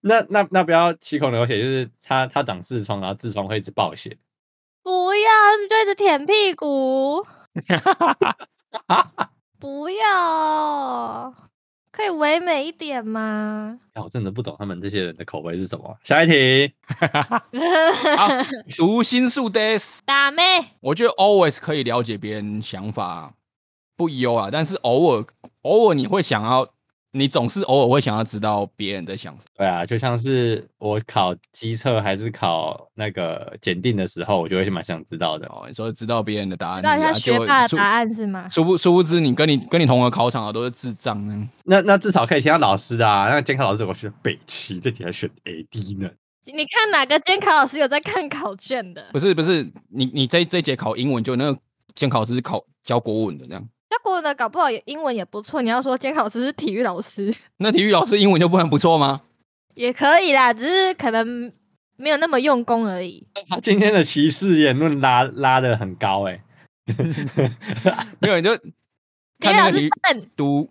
[SPEAKER 2] 那那那不要七孔流血，就是他他长痔疮，然后痔疮会一直爆血。
[SPEAKER 1] 不要，他们就一直舔屁 股，不要，可以唯美一点吗？
[SPEAKER 2] 啊，我真的不懂他们这些人的口味是什么。下一题，
[SPEAKER 3] 好，读心术 days，
[SPEAKER 1] 打妹，
[SPEAKER 3] 我觉得 always 可以了解别人想法，不优啊，但是偶尔偶尔你会想要，你总是偶尔会想要知道别人的想法。
[SPEAKER 2] 对啊，就像是我考机测还是考那个检定的时候，我就会蛮想知道的。
[SPEAKER 3] 哦，你说知道别人的答案，
[SPEAKER 1] 知道一下
[SPEAKER 3] 啊就
[SPEAKER 1] 学霸的
[SPEAKER 3] 殊
[SPEAKER 1] 答案是吗？
[SPEAKER 3] 殊不殊不知，你跟你跟你同个考场的啊都是智障呢。
[SPEAKER 2] 那那至少可以听到老师的啊。那监考老师我选北齐，这题还选 AD 呢。
[SPEAKER 1] 你看哪个监考老师有在看考卷 的？
[SPEAKER 3] 不是不是，你你这这一节考英文，就那个监考师考教国文的这样，
[SPEAKER 1] 那国文的搞不好也英文也不错。你要说监考师是体育老师
[SPEAKER 3] 那体育老师英文就不能不错吗？
[SPEAKER 1] 也可以啦，只是可能没有那么用功而已。
[SPEAKER 2] 他今天的歧视言论拉拉的很高哎、
[SPEAKER 3] 没有，你就
[SPEAKER 1] 体育
[SPEAKER 3] 看那
[SPEAKER 1] 老
[SPEAKER 3] 个体
[SPEAKER 1] 师
[SPEAKER 3] 育
[SPEAKER 1] 笨，
[SPEAKER 3] 读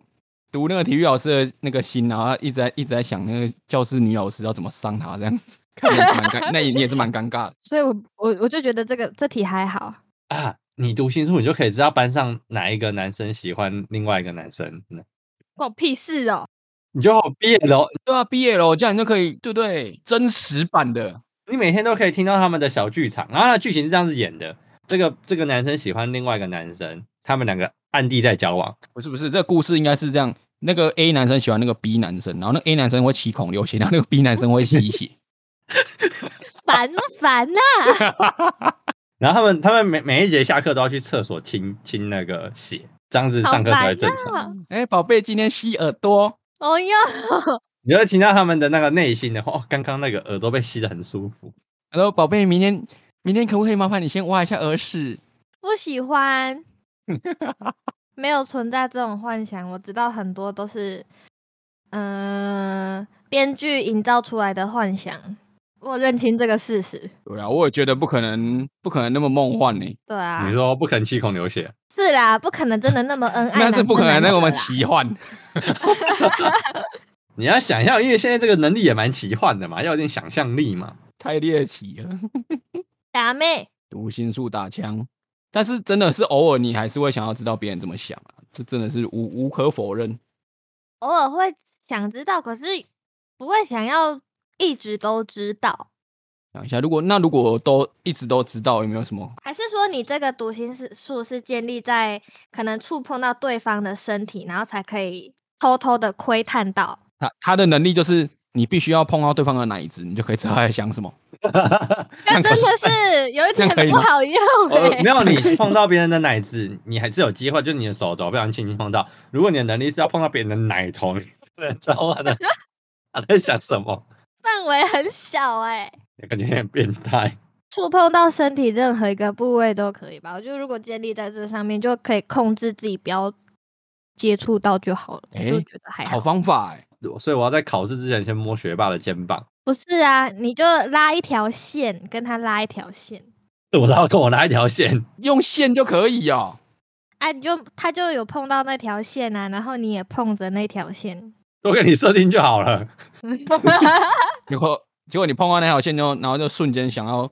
[SPEAKER 3] 读那个体育老师的那个心，然后他一直在一直在想那个教室女老师要怎么伤他 这样，看你也是蛮尴，那你也是蛮尴尬的。
[SPEAKER 1] 所以我我我就觉得这个这题还好。
[SPEAKER 2] 啊，你读心术，你就可以知道班上哪一个男生喜欢另外一个男生，嗯
[SPEAKER 1] 关我屁事 哦！
[SPEAKER 2] 你就好毕业了。哦
[SPEAKER 3] 对啊，毕业了，这样你就可以，对不对？真实版的，
[SPEAKER 2] 你每天都可以听到他们的小剧场，然啊后那剧情是这样子演的：这个这个男生喜欢另外一个男生，他们两个暗地在交往。
[SPEAKER 3] 不是不是，这个故事应该是这样：那个 A 男生喜欢那个 B 男生，然后那个 A 男生会七孔流血，然后那个 B 男生会吸血。
[SPEAKER 1] 烦不烦呐、
[SPEAKER 2] 然后他们他们每每一节下课都要去厕所清清那个血，这样子
[SPEAKER 1] 好
[SPEAKER 2] 上课才
[SPEAKER 1] 烦啊
[SPEAKER 2] 会正常。
[SPEAKER 1] 呐、
[SPEAKER 3] 哎、宝贝，今天吸耳朵。
[SPEAKER 1] 哦哟，
[SPEAKER 2] 你会听到他们的那个内心的话，哦，刚刚那个耳朵被吸得很舒服。
[SPEAKER 3] 他说：“宝贝，明天明天可不可以麻烦你先挖一下耳屎
[SPEAKER 1] 不喜 欢，没有存在这种幻想。我知道很多都是，嗯、编剧营造出来的幻想。我认清这个事实。？”
[SPEAKER 3] 对啊，我也觉得不可能，不可能那么梦幻呢、
[SPEAKER 1] 对啊，
[SPEAKER 2] 你说不肯七孔流血，
[SPEAKER 1] 是啦，不可能真的那么 恩爱，
[SPEAKER 3] 那是不可能那么
[SPEAKER 1] 么
[SPEAKER 3] 奇幻。
[SPEAKER 2] 你要想象，因为现在这个能力也蛮奇幻的嘛，要有点想象 力嘛。
[SPEAKER 3] 太猎奇了，
[SPEAKER 1] 打妹，
[SPEAKER 3] 读心术打枪。但是真的是偶尔你还是会想要知道别人怎么想啊，这真的是无无可否认。
[SPEAKER 1] 偶尔会想知道，可是不会想要一直都知道。
[SPEAKER 3] 想一下，如果那如果都一直都知道，有没有什么？
[SPEAKER 1] 还是说你这个读心是术是建立在可能触碰到对方的身体，然后才可以偷偷的窥探到？
[SPEAKER 3] 他他的能力就是你必须要碰到对方的奶子，你就可以知道他在想什么。这
[SPEAKER 1] 那
[SPEAKER 2] 哦
[SPEAKER 3] 样可
[SPEAKER 1] 真的是有一
[SPEAKER 3] 这
[SPEAKER 1] 点
[SPEAKER 3] 样可以
[SPEAKER 1] 不
[SPEAKER 3] 吗哦
[SPEAKER 1] 好用、
[SPEAKER 2] 呃，
[SPEAKER 1] 欸
[SPEAKER 2] 没有你碰到别人的奶子， 你还是有机会，就你的手肘不小心轻轻碰到。如果你的能力是要碰到别人的奶头， 你不能知道他的 他在想什么，
[SPEAKER 1] 范围很小哎、
[SPEAKER 2] 感觉有点变态。
[SPEAKER 1] 触碰到身体任何一个部位都可以吧？我觉得如果建立在这上面，就可以控制自己不要接触到就好了。我就
[SPEAKER 3] 诶
[SPEAKER 1] 觉得还
[SPEAKER 3] 好
[SPEAKER 1] 好。
[SPEAKER 3] 方法哎、
[SPEAKER 2] 所以我要在考试之前先摸学霸的肩膀。
[SPEAKER 1] 不是啊，你就拉一条线，跟他拉一条线，
[SPEAKER 2] 我然后跟我拉一条线，
[SPEAKER 3] 用线就可以哦、
[SPEAKER 1] 哎、你就他就有碰到那条线啊，然后你也碰着那条线。
[SPEAKER 2] 都给你设定就好了。
[SPEAKER 3] 结果结果你碰到那条线之后，然后就瞬间想要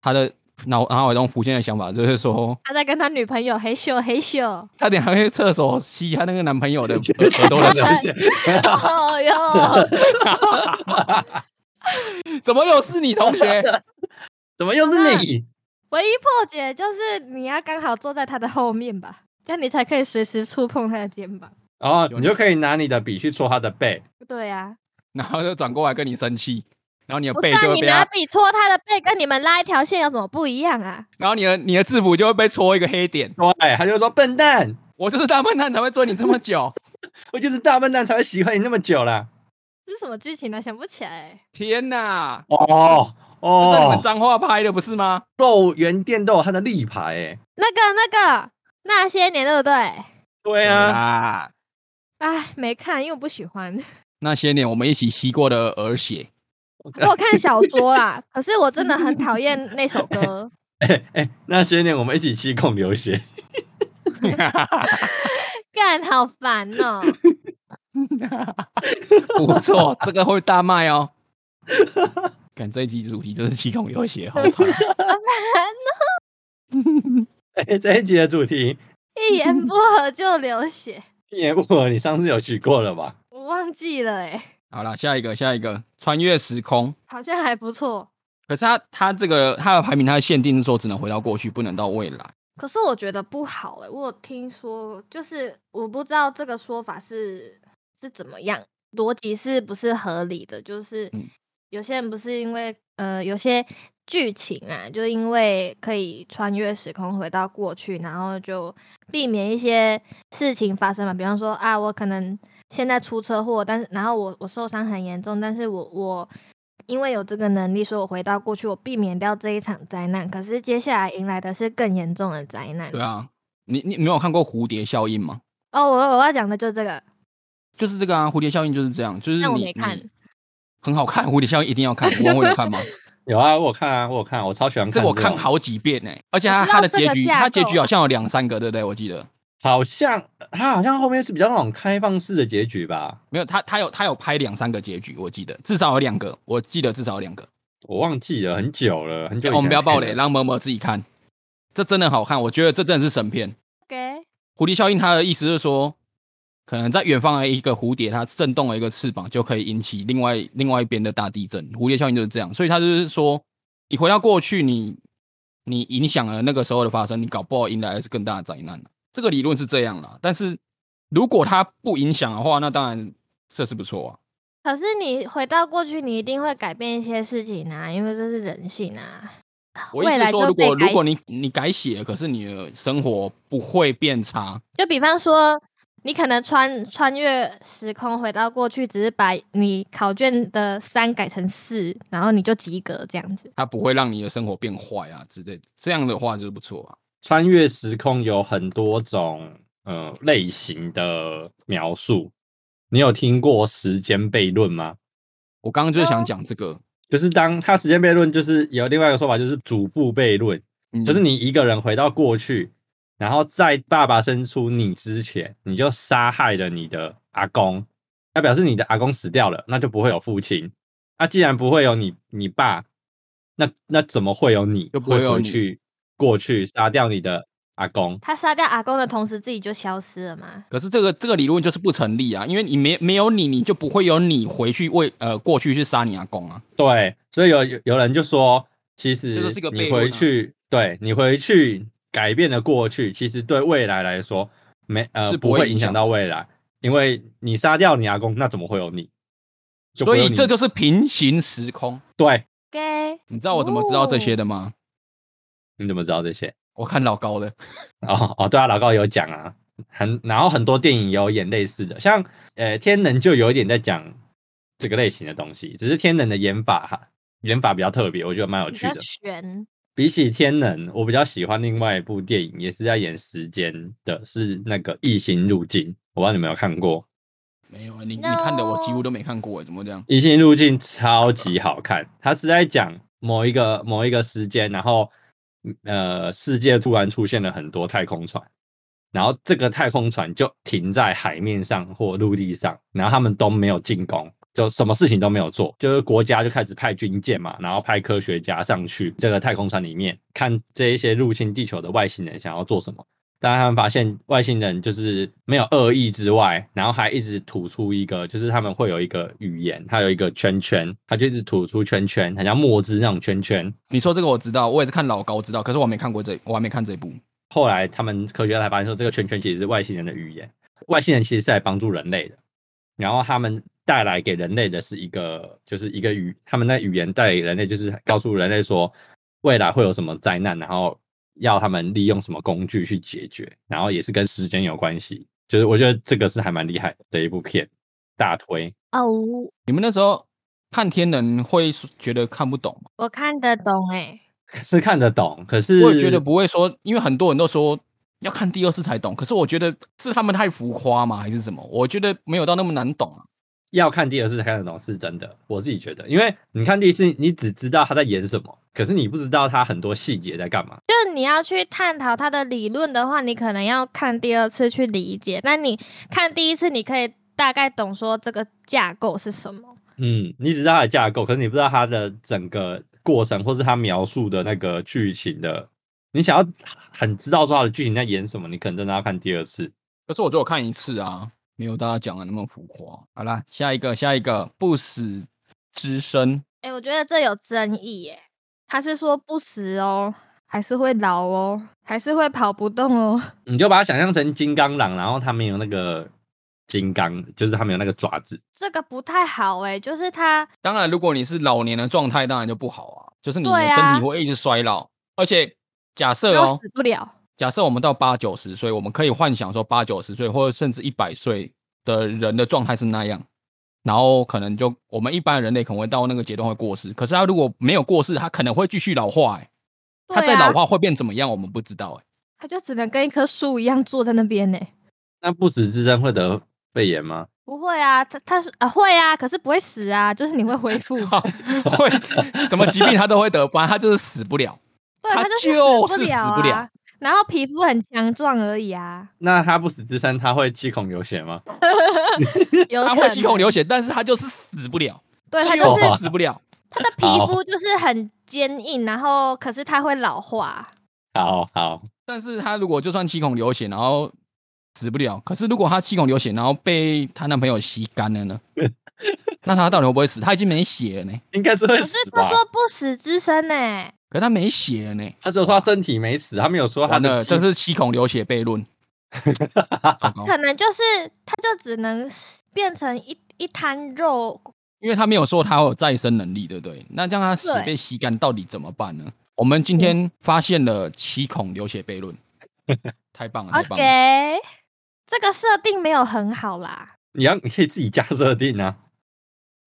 [SPEAKER 3] 他的脑脑海中浮现的想法，就是说
[SPEAKER 1] 他在跟他女朋友嘿咻嘿咻，
[SPEAKER 3] 他等一下会去厕所吸他那个男朋友的耳耳朵的
[SPEAKER 1] 是
[SPEAKER 3] 水，
[SPEAKER 1] 哦哟，
[SPEAKER 3] 怎么又是你同学？ 嗯
[SPEAKER 2] 怎么又是你？
[SPEAKER 1] 唯一破解就是你要刚好坐在他的后面吧，这样你才可以随时触碰他的肩膀。
[SPEAKER 2] 然后哦你就可以拿你的笔去戳他的背，
[SPEAKER 1] 对呀、
[SPEAKER 3] 然后就转过来跟你生气，然后你的
[SPEAKER 1] 不是
[SPEAKER 3] 背
[SPEAKER 1] 啊、
[SPEAKER 3] 就会
[SPEAKER 1] 你
[SPEAKER 3] 被
[SPEAKER 1] 拿
[SPEAKER 3] 他，
[SPEAKER 1] 笔戳他的背，跟你们拉一条线有什么不一样啊？
[SPEAKER 3] 然后你的你的制服就会被戳一个黑点。
[SPEAKER 2] 对，他就说笨蛋，
[SPEAKER 3] 我就是大笨蛋才会追你这么久，
[SPEAKER 2] 我就是大笨蛋才会喜欢你那么久啦。
[SPEAKER 1] 这是什么剧情呢、想不起来。
[SPEAKER 3] 天哪！
[SPEAKER 2] 哦
[SPEAKER 3] 这在你们
[SPEAKER 2] 哦，
[SPEAKER 3] 脏话拍的不是吗？
[SPEAKER 2] 肉圆店都有它的立牌哎，
[SPEAKER 3] 欸
[SPEAKER 1] 那个那个那些年，对不对？
[SPEAKER 2] 对啊，
[SPEAKER 3] 啊，
[SPEAKER 1] 哎，没看，因为我不喜 欢。
[SPEAKER 3] 那些年我们一起吸过的儿血，
[SPEAKER 1] 我有看小说啦，可是我真的很讨厌那首 歌。
[SPEAKER 2] 哎 哎，那些年我们一起吸空流血，
[SPEAKER 1] 干，好烦 哦、
[SPEAKER 3] 不错，这个会大卖哦。看这一集主题就是七孔流血，好惨。
[SPEAKER 2] 哎，这一集的主题
[SPEAKER 1] 一言不合就流血，
[SPEAKER 2] 一言不合，你上次有举过了吧？
[SPEAKER 1] 我忘记了哎、
[SPEAKER 3] 好了，下一个，下一个，穿越时空。
[SPEAKER 1] 好像还不错。
[SPEAKER 3] 可是它它这个它的排名，它的限定是说只能回到过去，不能到未来。
[SPEAKER 1] 可是我觉得不好哎、我有听说，就是我不知道这个说法是是怎么样，逻辑是不是合理的？就是
[SPEAKER 3] 嗯
[SPEAKER 1] 有些人不是因为呃有些剧情啊，就因为可以穿越时空回到过去，然后就避免一些事情发生嘛。比方说啊，我可能现在出车祸，但是然后我我受伤很严重，但是我我因为有这个能力，所以我回到过去，我避免掉这一场灾难。可是接下来迎来的是更严重的灾难。
[SPEAKER 3] 对啊，你你没有看过蝴蝶效应吗？
[SPEAKER 1] 哦，我我要讲的就是这个，
[SPEAKER 3] 就是这个啊，蝴蝶效应就是这样，就是
[SPEAKER 1] 但我
[SPEAKER 3] 你
[SPEAKER 1] 没看
[SPEAKER 3] 你很好看，蝴蝶效应一定要 看。我问我有看吗？
[SPEAKER 2] 有啊，我有看啊，我有看，我超喜欢看。
[SPEAKER 3] 这
[SPEAKER 2] 啊
[SPEAKER 3] 个我看，好几遍呢、而且它
[SPEAKER 1] 我知道
[SPEAKER 3] 它的
[SPEAKER 1] 这
[SPEAKER 3] 结
[SPEAKER 1] 个
[SPEAKER 3] 局，
[SPEAKER 1] 架
[SPEAKER 3] 它结局
[SPEAKER 1] 构
[SPEAKER 3] 好像有两三个，对不对？我记得
[SPEAKER 2] 好像它好像后面是比较那种开放式的结局吧，
[SPEAKER 3] 没有，它它有它有拍两三个结局，我记得至少有两个，我记得至少有两个。
[SPEAKER 2] 我忘记了，很久了，很久以前看的。
[SPEAKER 3] 哎我们不要暴雷，让嬷嬷自己看。这真的好看，我觉得这真的是神片。
[SPEAKER 1] OK，
[SPEAKER 3] 蝴蝶效应，它的意思是说，可能在远方的一个蝴蝶，它震动了一个翅膀，就可以引起另外另外一边的大地震。蝴蝶效应就是这样，所以它就是说，你回到过去，你你影响了那个时候的发生，你搞不好迎来的是更大的灾难。啊这个理论是这样啦，但是如果它不影响的话，那当然这是不错啊。
[SPEAKER 1] 可是你回到过去，你一定会改变一些事情啊，因为这是人性啊。
[SPEAKER 3] 我意思
[SPEAKER 1] 未
[SPEAKER 3] 是
[SPEAKER 1] 来
[SPEAKER 3] 说，
[SPEAKER 1] 就
[SPEAKER 3] 如
[SPEAKER 1] 被
[SPEAKER 3] 果如
[SPEAKER 1] 改
[SPEAKER 3] 果你你改写了，可是你的生活不会变差，
[SPEAKER 1] 就比方说，你可能穿穿越时空回到过去，只是把你考卷的三改成四，然后你就及格这样子。
[SPEAKER 3] 它不会让你的生活变坏啊之类的，这样的话就是不错啊。
[SPEAKER 2] 穿越时空有很多种呃类型的描述。你有听过时间悖论吗？
[SPEAKER 3] 我刚刚就是想
[SPEAKER 1] 哦
[SPEAKER 3] 讲这个，
[SPEAKER 2] 就是当它时间悖论，就是有另外一个说法，就是祖父悖论，
[SPEAKER 3] 嗯
[SPEAKER 2] 就是你一个人回到过去，然后在爸爸生出你之前，你就杀害了你的阿公，那表示你的阿公死掉了，那就不会有父亲。那、既然不会有你你爸，那那怎么会有你
[SPEAKER 3] 就不会有
[SPEAKER 2] 回
[SPEAKER 3] 你
[SPEAKER 2] 去过去杀掉你的阿公？
[SPEAKER 1] 他杀掉阿公的同时，自己就消失了吗？
[SPEAKER 3] 可是这个这个理论就是不成立啊，因为你没没有你，你就不会有你回去为呃过去去杀你阿公啊。
[SPEAKER 2] 对，所以有有有人就说，其实
[SPEAKER 3] 这都是一个
[SPEAKER 2] 你
[SPEAKER 3] 悖论
[SPEAKER 2] 回
[SPEAKER 3] 啊
[SPEAKER 2] 去，对你回去改变了过去，其实对未来来说没呃
[SPEAKER 3] 是不
[SPEAKER 2] 不
[SPEAKER 3] 会
[SPEAKER 2] 会
[SPEAKER 3] 影
[SPEAKER 2] 影
[SPEAKER 3] 响
[SPEAKER 2] 响到未来，因为你杀掉你阿公，那怎么会有你？就不
[SPEAKER 3] 所
[SPEAKER 2] 会有
[SPEAKER 3] 以
[SPEAKER 2] 你
[SPEAKER 3] 这就是平行时空。
[SPEAKER 2] 对，
[SPEAKER 1] 给
[SPEAKER 3] 你知道我怎么知道这些
[SPEAKER 1] 哦
[SPEAKER 3] 的吗？
[SPEAKER 2] 你怎么知道这些？
[SPEAKER 3] 我看老高的，
[SPEAKER 2] 哦哦，对啊，老高有讲啊，很然后很多电影也有演类似的，像呃天能就有一点在讲这个类型的东西，只是天能的演法哈演法比较特别，我觉得蛮有
[SPEAKER 1] 比
[SPEAKER 2] 趣
[SPEAKER 1] 较
[SPEAKER 2] 的。
[SPEAKER 1] 悬。
[SPEAKER 2] 比起天能，我比较喜欢另外一部电影，也是在演时间的，是那个《异星入境》，我不知道你有没有看过，《
[SPEAKER 3] 没有啊，你你看的我几乎都没看过，欸怎么这样？
[SPEAKER 2] 异星入境》超级好看，它是在讲某一个某一个时间，然后呃，世界突然出现了很多太空船，然后这个太空船就停在海面上或陆地上，然后他们都没有进攻，就什么事情都没有做，就是国家就开始派军舰嘛，然后派科学家上去这个太空船里面看这一些入侵地球的外星人想要做什么。当他们发现外星人就是没有恶意之外，然后还一直吐出一个，就是他们会有一个语言，它有一个圈圈，它就一直吐出圈圈，很像墨汁那种圈圈。
[SPEAKER 3] 你说这个我知道，我也是看老高知道，可是我没看过这，我还没看这一部。
[SPEAKER 2] 后来他们科学家才发现说，这个圈圈其实是外星人的语言，外星人其实是来帮助人类的，然后他们带来给人类的是一个，就是一个语，他们那语言带给人类就是告诉人类说，未来会有什么灾难，然后要他们利用什么工具去解决，然后也是跟时间有关系，就是我觉得这个是还蛮厉害的一部片，大推。
[SPEAKER 1] 哦，
[SPEAKER 3] 你们那时候看天能会觉得看不懂吗？
[SPEAKER 1] 我看得懂哎、
[SPEAKER 2] 是看得懂，可是
[SPEAKER 3] 我也觉得不会说，因为很多人都说要看第二次才懂，可是我觉得是他们太浮夸吗，还是什么？我觉得没有到那么难懂啊。
[SPEAKER 2] 要看第二次才看得懂是真的，我自己觉得，因为你看第一次，你只知道他在演什么，可是你不知道他很多细节在干嘛。
[SPEAKER 1] 就你要去探讨它的理论的话，你可能要看第二次去理解。那你看第一次，你可以大概懂说这个架构是什么。
[SPEAKER 2] 嗯，你只知道它的架构，可是你不知道它的整个过程，或是他描述的那个剧情的。你想要很知道说他的剧情在演什么，你可能真的要看第二次。
[SPEAKER 3] 可是我只有看一次啊，没有大家讲的那么浮夸。好啦，下一个，下一个，不死之身。
[SPEAKER 1] 哎、我觉得这有争议耶。他是说不死哦，还是会老哦，还是会跑不动哦？
[SPEAKER 2] 你就把它想象成金刚狼，然后他们有那个金刚，就是他们有那个爪子。
[SPEAKER 1] 这个不太好哎，就是他
[SPEAKER 3] 当然，如果你是老年的状态，当然就不好啊，就是你的
[SPEAKER 1] 对
[SPEAKER 3] 身
[SPEAKER 1] 啊
[SPEAKER 3] 体会一直衰老。而且假设
[SPEAKER 1] 都
[SPEAKER 3] 哦，
[SPEAKER 1] 死不了。
[SPEAKER 3] 假设我们到八九十岁，我们可以幻想说八九十岁或者甚至一百岁的人的状态是那样，然后可能就我们一般人类可能会到那个阶段会过世，可是他如果没有过世，他可能会继续老化、欸，他
[SPEAKER 1] 对
[SPEAKER 3] 再
[SPEAKER 1] 啊
[SPEAKER 3] 老化会变怎么样，我们不知道、欸，
[SPEAKER 1] 他就只能跟一棵树一样坐在那边呢。
[SPEAKER 2] 那不死之身会得肺炎吗？
[SPEAKER 1] 不会啊，他他是啊会啊，可是不会死啊，就是你会恢 复。啊
[SPEAKER 3] 好会什么疾病他都会得，反正他就是死不了。
[SPEAKER 1] 对，
[SPEAKER 3] 他
[SPEAKER 1] 他是
[SPEAKER 3] 就
[SPEAKER 1] 死
[SPEAKER 3] 是
[SPEAKER 1] 不
[SPEAKER 3] 死
[SPEAKER 1] 了
[SPEAKER 3] 不了
[SPEAKER 1] 啊。然后皮肤很强壮而已啊，
[SPEAKER 2] 那他不死之身他会气孔流血吗？
[SPEAKER 1] 有
[SPEAKER 3] 他
[SPEAKER 1] 可
[SPEAKER 3] 会
[SPEAKER 1] 能
[SPEAKER 3] 气孔流血，但是他就是死不了，
[SPEAKER 1] 对他
[SPEAKER 3] 气
[SPEAKER 1] 就
[SPEAKER 3] 孔
[SPEAKER 1] 是
[SPEAKER 3] 死不了。
[SPEAKER 1] 他的皮肤就是很坚硬，然后可是他会老化。
[SPEAKER 2] 好好，
[SPEAKER 3] 但是他如果就算气孔流血，然后死不了，可是如果他气孔流血，然后被她男朋友吸干了 呢？那他到底会不会死？他已经没血了呢，
[SPEAKER 2] 应该是会
[SPEAKER 1] 可是
[SPEAKER 2] 死
[SPEAKER 1] 他
[SPEAKER 2] 吧？
[SPEAKER 1] 说不死之身呢、
[SPEAKER 3] 可是他没血了呢。
[SPEAKER 2] 他只有说他身体没死，他没有说他
[SPEAKER 3] 完
[SPEAKER 2] 的
[SPEAKER 3] 了，
[SPEAKER 2] 肌。
[SPEAKER 3] 这是气孔流血悖 论。糟糕
[SPEAKER 1] 可能就是他就只能变成一一滩肉。
[SPEAKER 3] 因为他没有说他有再生能力，对不对？那这样他死
[SPEAKER 1] 对
[SPEAKER 3] 被吸干到底怎么办呢？我们今天发现了七孔流血 悖论，太棒了，太棒了！
[SPEAKER 1] OK，这个设定没有很好啦。
[SPEAKER 2] 你要你可以自己加设定啊。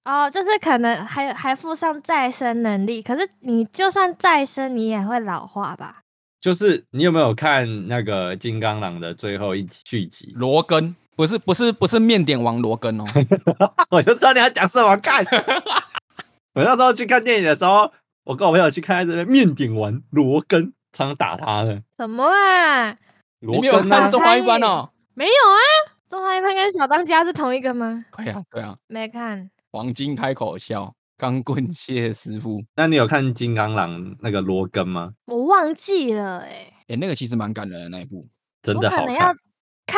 [SPEAKER 1] 哦，就是可能还还附上再生能力，可是你就算再生，你也会老化吧？
[SPEAKER 2] 就是你有没有看那个《金刚狼》的最后一集续集？
[SPEAKER 3] 罗根不是不是不是面点王罗根哦，
[SPEAKER 2] 我就知道你要讲什么，看。 我那时候去看电影的时候，我跟我朋友去看这边面顶完罗根，常常打他的
[SPEAKER 1] 什么啊？
[SPEAKER 3] 你
[SPEAKER 2] 罗
[SPEAKER 3] 没有
[SPEAKER 2] 根
[SPEAKER 3] 看
[SPEAKER 2] 啊
[SPEAKER 1] 这，
[SPEAKER 3] 中华一班哦？
[SPEAKER 1] 没有啊？中华一番跟小当家是同一个吗？
[SPEAKER 3] 对啊对啊，
[SPEAKER 1] 没看。
[SPEAKER 3] 黄金开口笑，钢棍谢师傅，
[SPEAKER 2] 那你有看《金刚狼》那个罗根吗？
[SPEAKER 1] 我忘记了哎、
[SPEAKER 3] 哎、那个其实蛮感人的那一部，
[SPEAKER 2] 真
[SPEAKER 1] 我
[SPEAKER 2] 的
[SPEAKER 1] 可
[SPEAKER 2] 好
[SPEAKER 1] 能要
[SPEAKER 2] 看，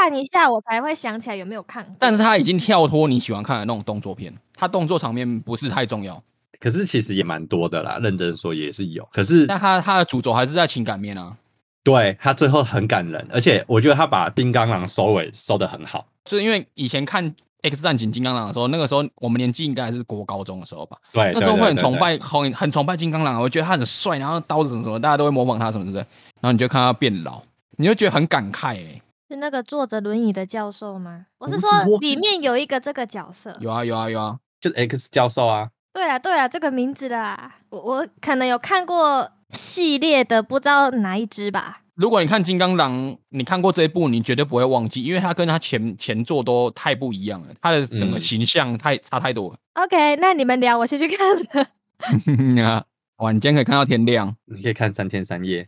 [SPEAKER 1] 看一下，我才会想起来有没有看过。
[SPEAKER 3] 但是他已经跳脱你喜欢看的那种动作片，他动作场面不是太重要，
[SPEAKER 2] 可是其实也蛮多的啦。认真说也是有，可是
[SPEAKER 3] 但他他的主轴还是在情感面啊，
[SPEAKER 2] 对他最后很感人，而且我觉得他把《金刚狼》收尾收的很好。
[SPEAKER 3] 就是因为以前看《X 战警：金刚狼》的时候，那个时候我们年纪应该还是国高中的时候吧，
[SPEAKER 2] 对，
[SPEAKER 3] 那时候
[SPEAKER 2] 哎对
[SPEAKER 3] 会很崇。
[SPEAKER 2] 对对对
[SPEAKER 3] 拜，很很崇拜金刚狼，我觉得他很帅，然后刀子什么什么，大家都会模仿他什么之类，然后你就看他变老，你就觉得很感慨哎、
[SPEAKER 1] 是那个坐着轮椅的教授吗？我是
[SPEAKER 3] 不是
[SPEAKER 1] 说
[SPEAKER 3] 我
[SPEAKER 1] 里面有一个这个角色。
[SPEAKER 3] 有啊有啊有啊，
[SPEAKER 2] 就是 X 教授啊，
[SPEAKER 1] 对啊，对啊，这个名字啦，我我可能有看过系列的，不知道哪一支吧。
[SPEAKER 3] 如果你看金刚狼，你看过这一部，你绝对不会忘记，因为他跟他前前作都太不一样了，他的整个
[SPEAKER 2] 嗯
[SPEAKER 3] 形象太、差太多了。
[SPEAKER 1] OK，那你们聊，我先去看了。
[SPEAKER 3] 啊哇，你今天可以看到天亮，
[SPEAKER 2] 你可以看三天三夜。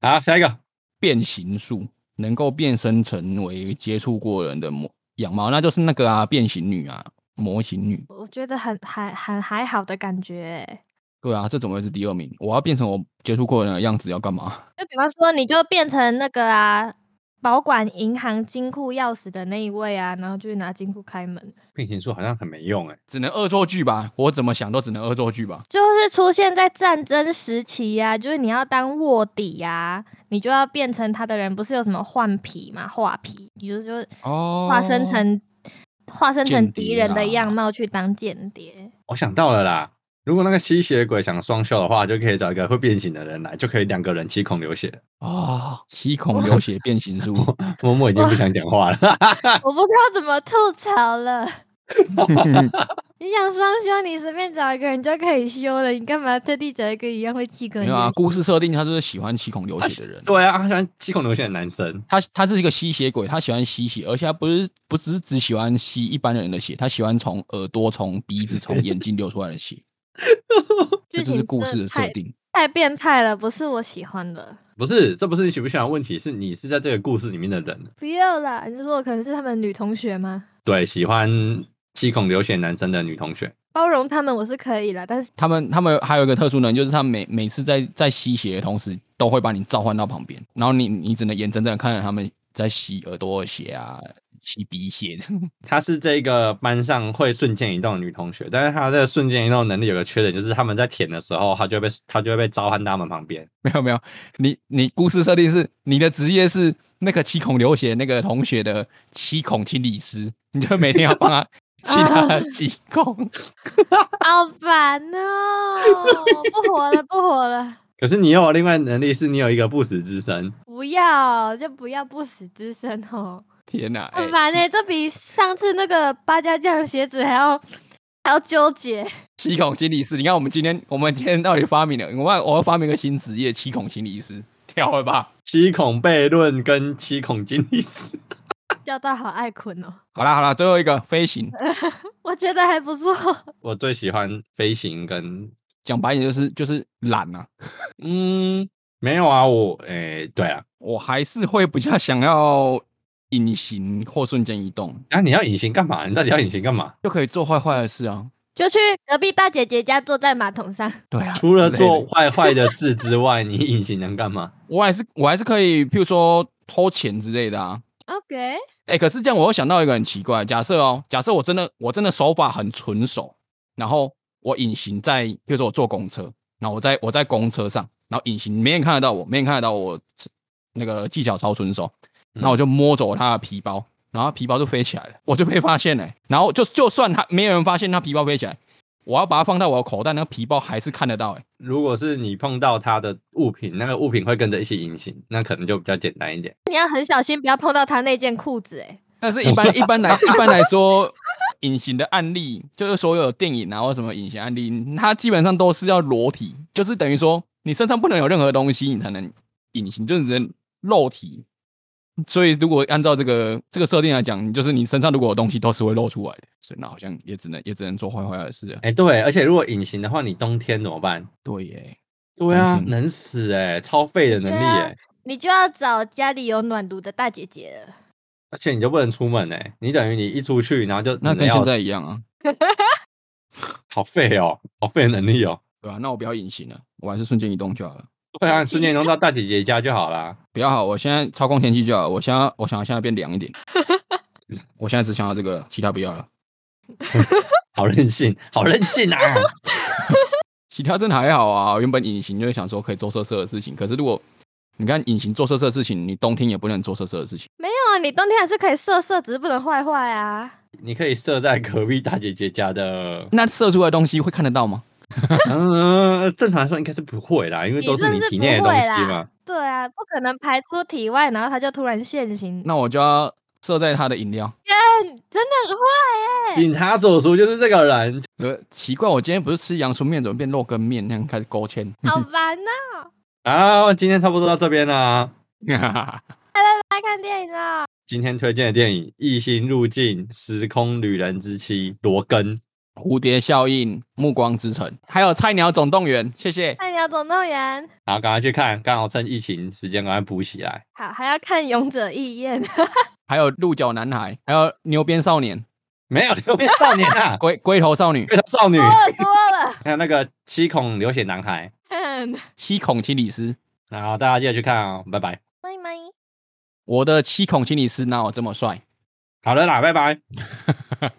[SPEAKER 2] 好，下一个。
[SPEAKER 3] 变形术能够变身成为接触过人的模样貌，那就是那个啊，变形女啊，模型女。
[SPEAKER 1] 我觉得很还很还好的感觉欸。
[SPEAKER 3] 对啊，这怎么会是第二名？我要变成我接触过人的样子要干嘛？
[SPEAKER 1] 就比方说，你就变成那个啊，保管银行金库钥匙的那一位啊，然后就去拿金库开门，
[SPEAKER 2] 病情术好像很没用哎、
[SPEAKER 3] 只能恶作剧吧？我怎么想都只能恶作剧吧？
[SPEAKER 1] 就是出现在战争时期呀、就是你要当卧底呀、你就要变成他的人，不是有什么换皮嘛，画皮，你就就
[SPEAKER 3] 哦
[SPEAKER 1] 化身成化身成
[SPEAKER 3] 间
[SPEAKER 1] 敌
[SPEAKER 3] 谍
[SPEAKER 1] 人
[SPEAKER 3] 啦
[SPEAKER 1] 的样貌去当间谍。
[SPEAKER 2] 我想到了啦，如果那个吸血鬼想双修的话，就可以找一个会变形的人来，就可以两个人七孔流血。
[SPEAKER 3] 哦，七孔流血变 形术，
[SPEAKER 2] 默默已经不想讲话了，
[SPEAKER 1] 我不知道怎么吐槽 了。你想双修，你随便找一个人就可以修了，你干嘛特地找一个一样会气梗
[SPEAKER 3] 没
[SPEAKER 1] 的
[SPEAKER 3] 有啊
[SPEAKER 1] 人？，
[SPEAKER 3] 故事设定他就是喜欢七孔流血的人。
[SPEAKER 2] 对啊，他喜欢七孔流血的男生。
[SPEAKER 3] 他他是一个吸血鬼，他喜欢吸血，而且他不是不只是只喜欢吸一般人的血，他喜欢从耳朵、从鼻子、从眼睛流出来的血。这
[SPEAKER 1] 剧
[SPEAKER 3] 就是
[SPEAKER 1] 情
[SPEAKER 3] 故
[SPEAKER 1] 真
[SPEAKER 3] 事的设
[SPEAKER 1] 太
[SPEAKER 3] 定。
[SPEAKER 1] 太变态了，不是我喜欢的。
[SPEAKER 2] 不是，这不是你喜不喜欢的问题，是你是在这个故事里面的人。
[SPEAKER 1] 不要啦，你是说我可能是他们女同学吗？
[SPEAKER 2] 对，喜欢七孔流血男生的女同学，
[SPEAKER 1] 包容他们我是可以啦，但 是
[SPEAKER 3] 他们他们还有一个特殊能力，就是他每每次在在吸血的同时，都会把你召唤到旁边，然后你你只能眼睁睁的看着他们在吸耳朵的血啊，吸鼻血的。
[SPEAKER 2] 她是这个班上会瞬间移动的女同学，但是她这个瞬间移动能力有个缺点，就是他们在舔的时候，她就会被她就会被召唤到他们旁边。
[SPEAKER 3] 没有没有，你你故事设定是你的职业是那个七孔流血那个同学的七孔清理师，你就每天要帮他清他的七孔。
[SPEAKER 1] 好烦哦、不活了，不活了，
[SPEAKER 2] 可是你又有另外能力，是你有一个不死之身，
[SPEAKER 1] 不要就不要不死之身哦、
[SPEAKER 3] 天哪、哎
[SPEAKER 1] 很烦欸呢、
[SPEAKER 3] 七
[SPEAKER 1] 这比上次那个八家酱鞋子还要还要纠结。
[SPEAKER 3] 七孔清理师，你看我们今天我们今天到底发明了？我要我要发明个新职业——七孔清理师，跳了吧？
[SPEAKER 2] 七孔悖论跟七孔经历史。
[SPEAKER 1] 叫到好爱困哦，
[SPEAKER 3] 好啦好啦，最后一个飞行，
[SPEAKER 1] 我觉得还不错。
[SPEAKER 2] 我最喜欢飞行跟
[SPEAKER 3] 讲白一点就是就是懒啊，
[SPEAKER 2] 嗯，没有啊，我诶、对啊，
[SPEAKER 3] 我还是会比较想要隐形或瞬间移动，
[SPEAKER 2] 那、啊你要隐形干嘛？你到底要隐形干嘛？
[SPEAKER 3] 就可以做坏坏的事啊。
[SPEAKER 1] 就去隔壁大姐姐家坐在马桶上，
[SPEAKER 3] 对啊，
[SPEAKER 2] 除了
[SPEAKER 3] 之类的
[SPEAKER 2] 做坏坏的事之外，你隐形能干嘛？
[SPEAKER 3] 我还是我还是可以，譬如说偷钱之类的啊。
[SPEAKER 1] OK，
[SPEAKER 3] 哎、可是这样我又想到一个很奇怪，假设哦，假设我真的我真的手法很纯熟，然后我隐形在，譬如说我坐公车，然后我在我在公车上，然后隐形没人看得到我，没人看得到我那个技巧超纯熟，
[SPEAKER 2] 嗯
[SPEAKER 3] 然后我就摸走他的皮包，然后他皮包就飞起来了，我就被发现了、然后就就算他没有人发现他皮包飞起来，我要把它放到我的口袋，那个皮包还是看得到、欸，
[SPEAKER 2] 如果是你碰到它的物品，那个物品会跟着一起隐形，那可能就比较简单一点。
[SPEAKER 1] 你要很小心，不要碰到她那件裤子、欸。哎，
[SPEAKER 3] 但是一般一般来一般来说，隐形的案例就是所有电影啊或什么隐形案例，它基本上都是要裸体，就是等于说你身上不能有任何东西，你才能隐形，就是人肉体。所以如果按照这个这个设定来讲，你就是你身上如果有东西都是会露出来的，所以那好像也只能也只能做坏坏的事啊了。
[SPEAKER 2] 哎、对，而且如果隐形的话，你冬天怎么办？
[SPEAKER 3] 对耶，
[SPEAKER 2] 对啊
[SPEAKER 3] 冬，天
[SPEAKER 2] 冷死哎、超废的能力
[SPEAKER 1] 对啊
[SPEAKER 2] 哎、
[SPEAKER 1] 你就要找家里有暖炉的大姐姐了。
[SPEAKER 2] 而且你就不能出门哎、你等于你一出去，然后就
[SPEAKER 3] 那
[SPEAKER 2] 冷得
[SPEAKER 3] 跟
[SPEAKER 2] 要
[SPEAKER 3] 现
[SPEAKER 2] 死
[SPEAKER 3] 在一样啊，
[SPEAKER 2] 好废哦、好废的能力哦、
[SPEAKER 3] 对吧、那我不要隐形了，我还是瞬间移动就好了。
[SPEAKER 2] 对啊，
[SPEAKER 1] 隐
[SPEAKER 2] 瞬间
[SPEAKER 1] 形
[SPEAKER 2] 弄到大姐姐家就好啦。
[SPEAKER 3] 比较好，我现在操控天气就好。我现在我想要现在变凉一点，我现在只想要这个了，其他不要了。
[SPEAKER 2] 好任性，好任性啊！
[SPEAKER 3] 其他真的还好啊。原本隐形就是想说可以做色色的事情，可是如果你看隐形做色色的事情，你冬天也不能做色色的事情。，
[SPEAKER 1] 没有啊，你冬天还是可以色色，只是不能坏坏啊。
[SPEAKER 2] 你可以设在隔壁大姐姐家的
[SPEAKER 3] 那射出来的东西会看得到吗？嗯
[SPEAKER 2] 嗯，正常来说应该是不会啦，因为
[SPEAKER 1] 你
[SPEAKER 2] 都
[SPEAKER 1] 这
[SPEAKER 2] 你
[SPEAKER 1] 是
[SPEAKER 2] 体
[SPEAKER 1] 不
[SPEAKER 2] 内的东
[SPEAKER 1] 会
[SPEAKER 2] 西
[SPEAKER 1] 啦
[SPEAKER 2] 嘛。
[SPEAKER 1] 对啊，不可能排出体外，然后它就突然现形。
[SPEAKER 3] 那我就要射在他的饮料。
[SPEAKER 1] 嗯，真的很坏哎、
[SPEAKER 2] 警察所属就是这个人，
[SPEAKER 3] 呃，奇怪，我今天不是吃阳春面，怎么变肉羹面那样开始勾芡？
[SPEAKER 1] 好烦呐、
[SPEAKER 2] 啊，今天差不多到这边啦。
[SPEAKER 1] 来看电影啦。
[SPEAKER 2] 今天推荐的电影《异星入境》《时空旅人之妻》罗根，
[SPEAKER 3] 蝴蝶效应、暮光之城，还有菜鸟总动员，谢谢。
[SPEAKER 1] 菜鸟哎总动员，
[SPEAKER 2] 然后赶快去看，刚好趁疫情时间赶快补起来。
[SPEAKER 1] 好，还要看《勇者义彦》
[SPEAKER 3] 还有鹿角男孩，还有牛鞭少年、，
[SPEAKER 2] 没有流变少年啊
[SPEAKER 3] 龟龟头少女、
[SPEAKER 2] 龟头少女，
[SPEAKER 1] 饿多了。
[SPEAKER 2] 还有那个七孔流血男孩，
[SPEAKER 1] 嗯，
[SPEAKER 3] 七孔七里斯。
[SPEAKER 2] 然后大家记得去看哦，拜拜。
[SPEAKER 1] 拜拜。
[SPEAKER 3] 我的七孔心理师哪有这么帅？
[SPEAKER 2] 好了啦，拜拜。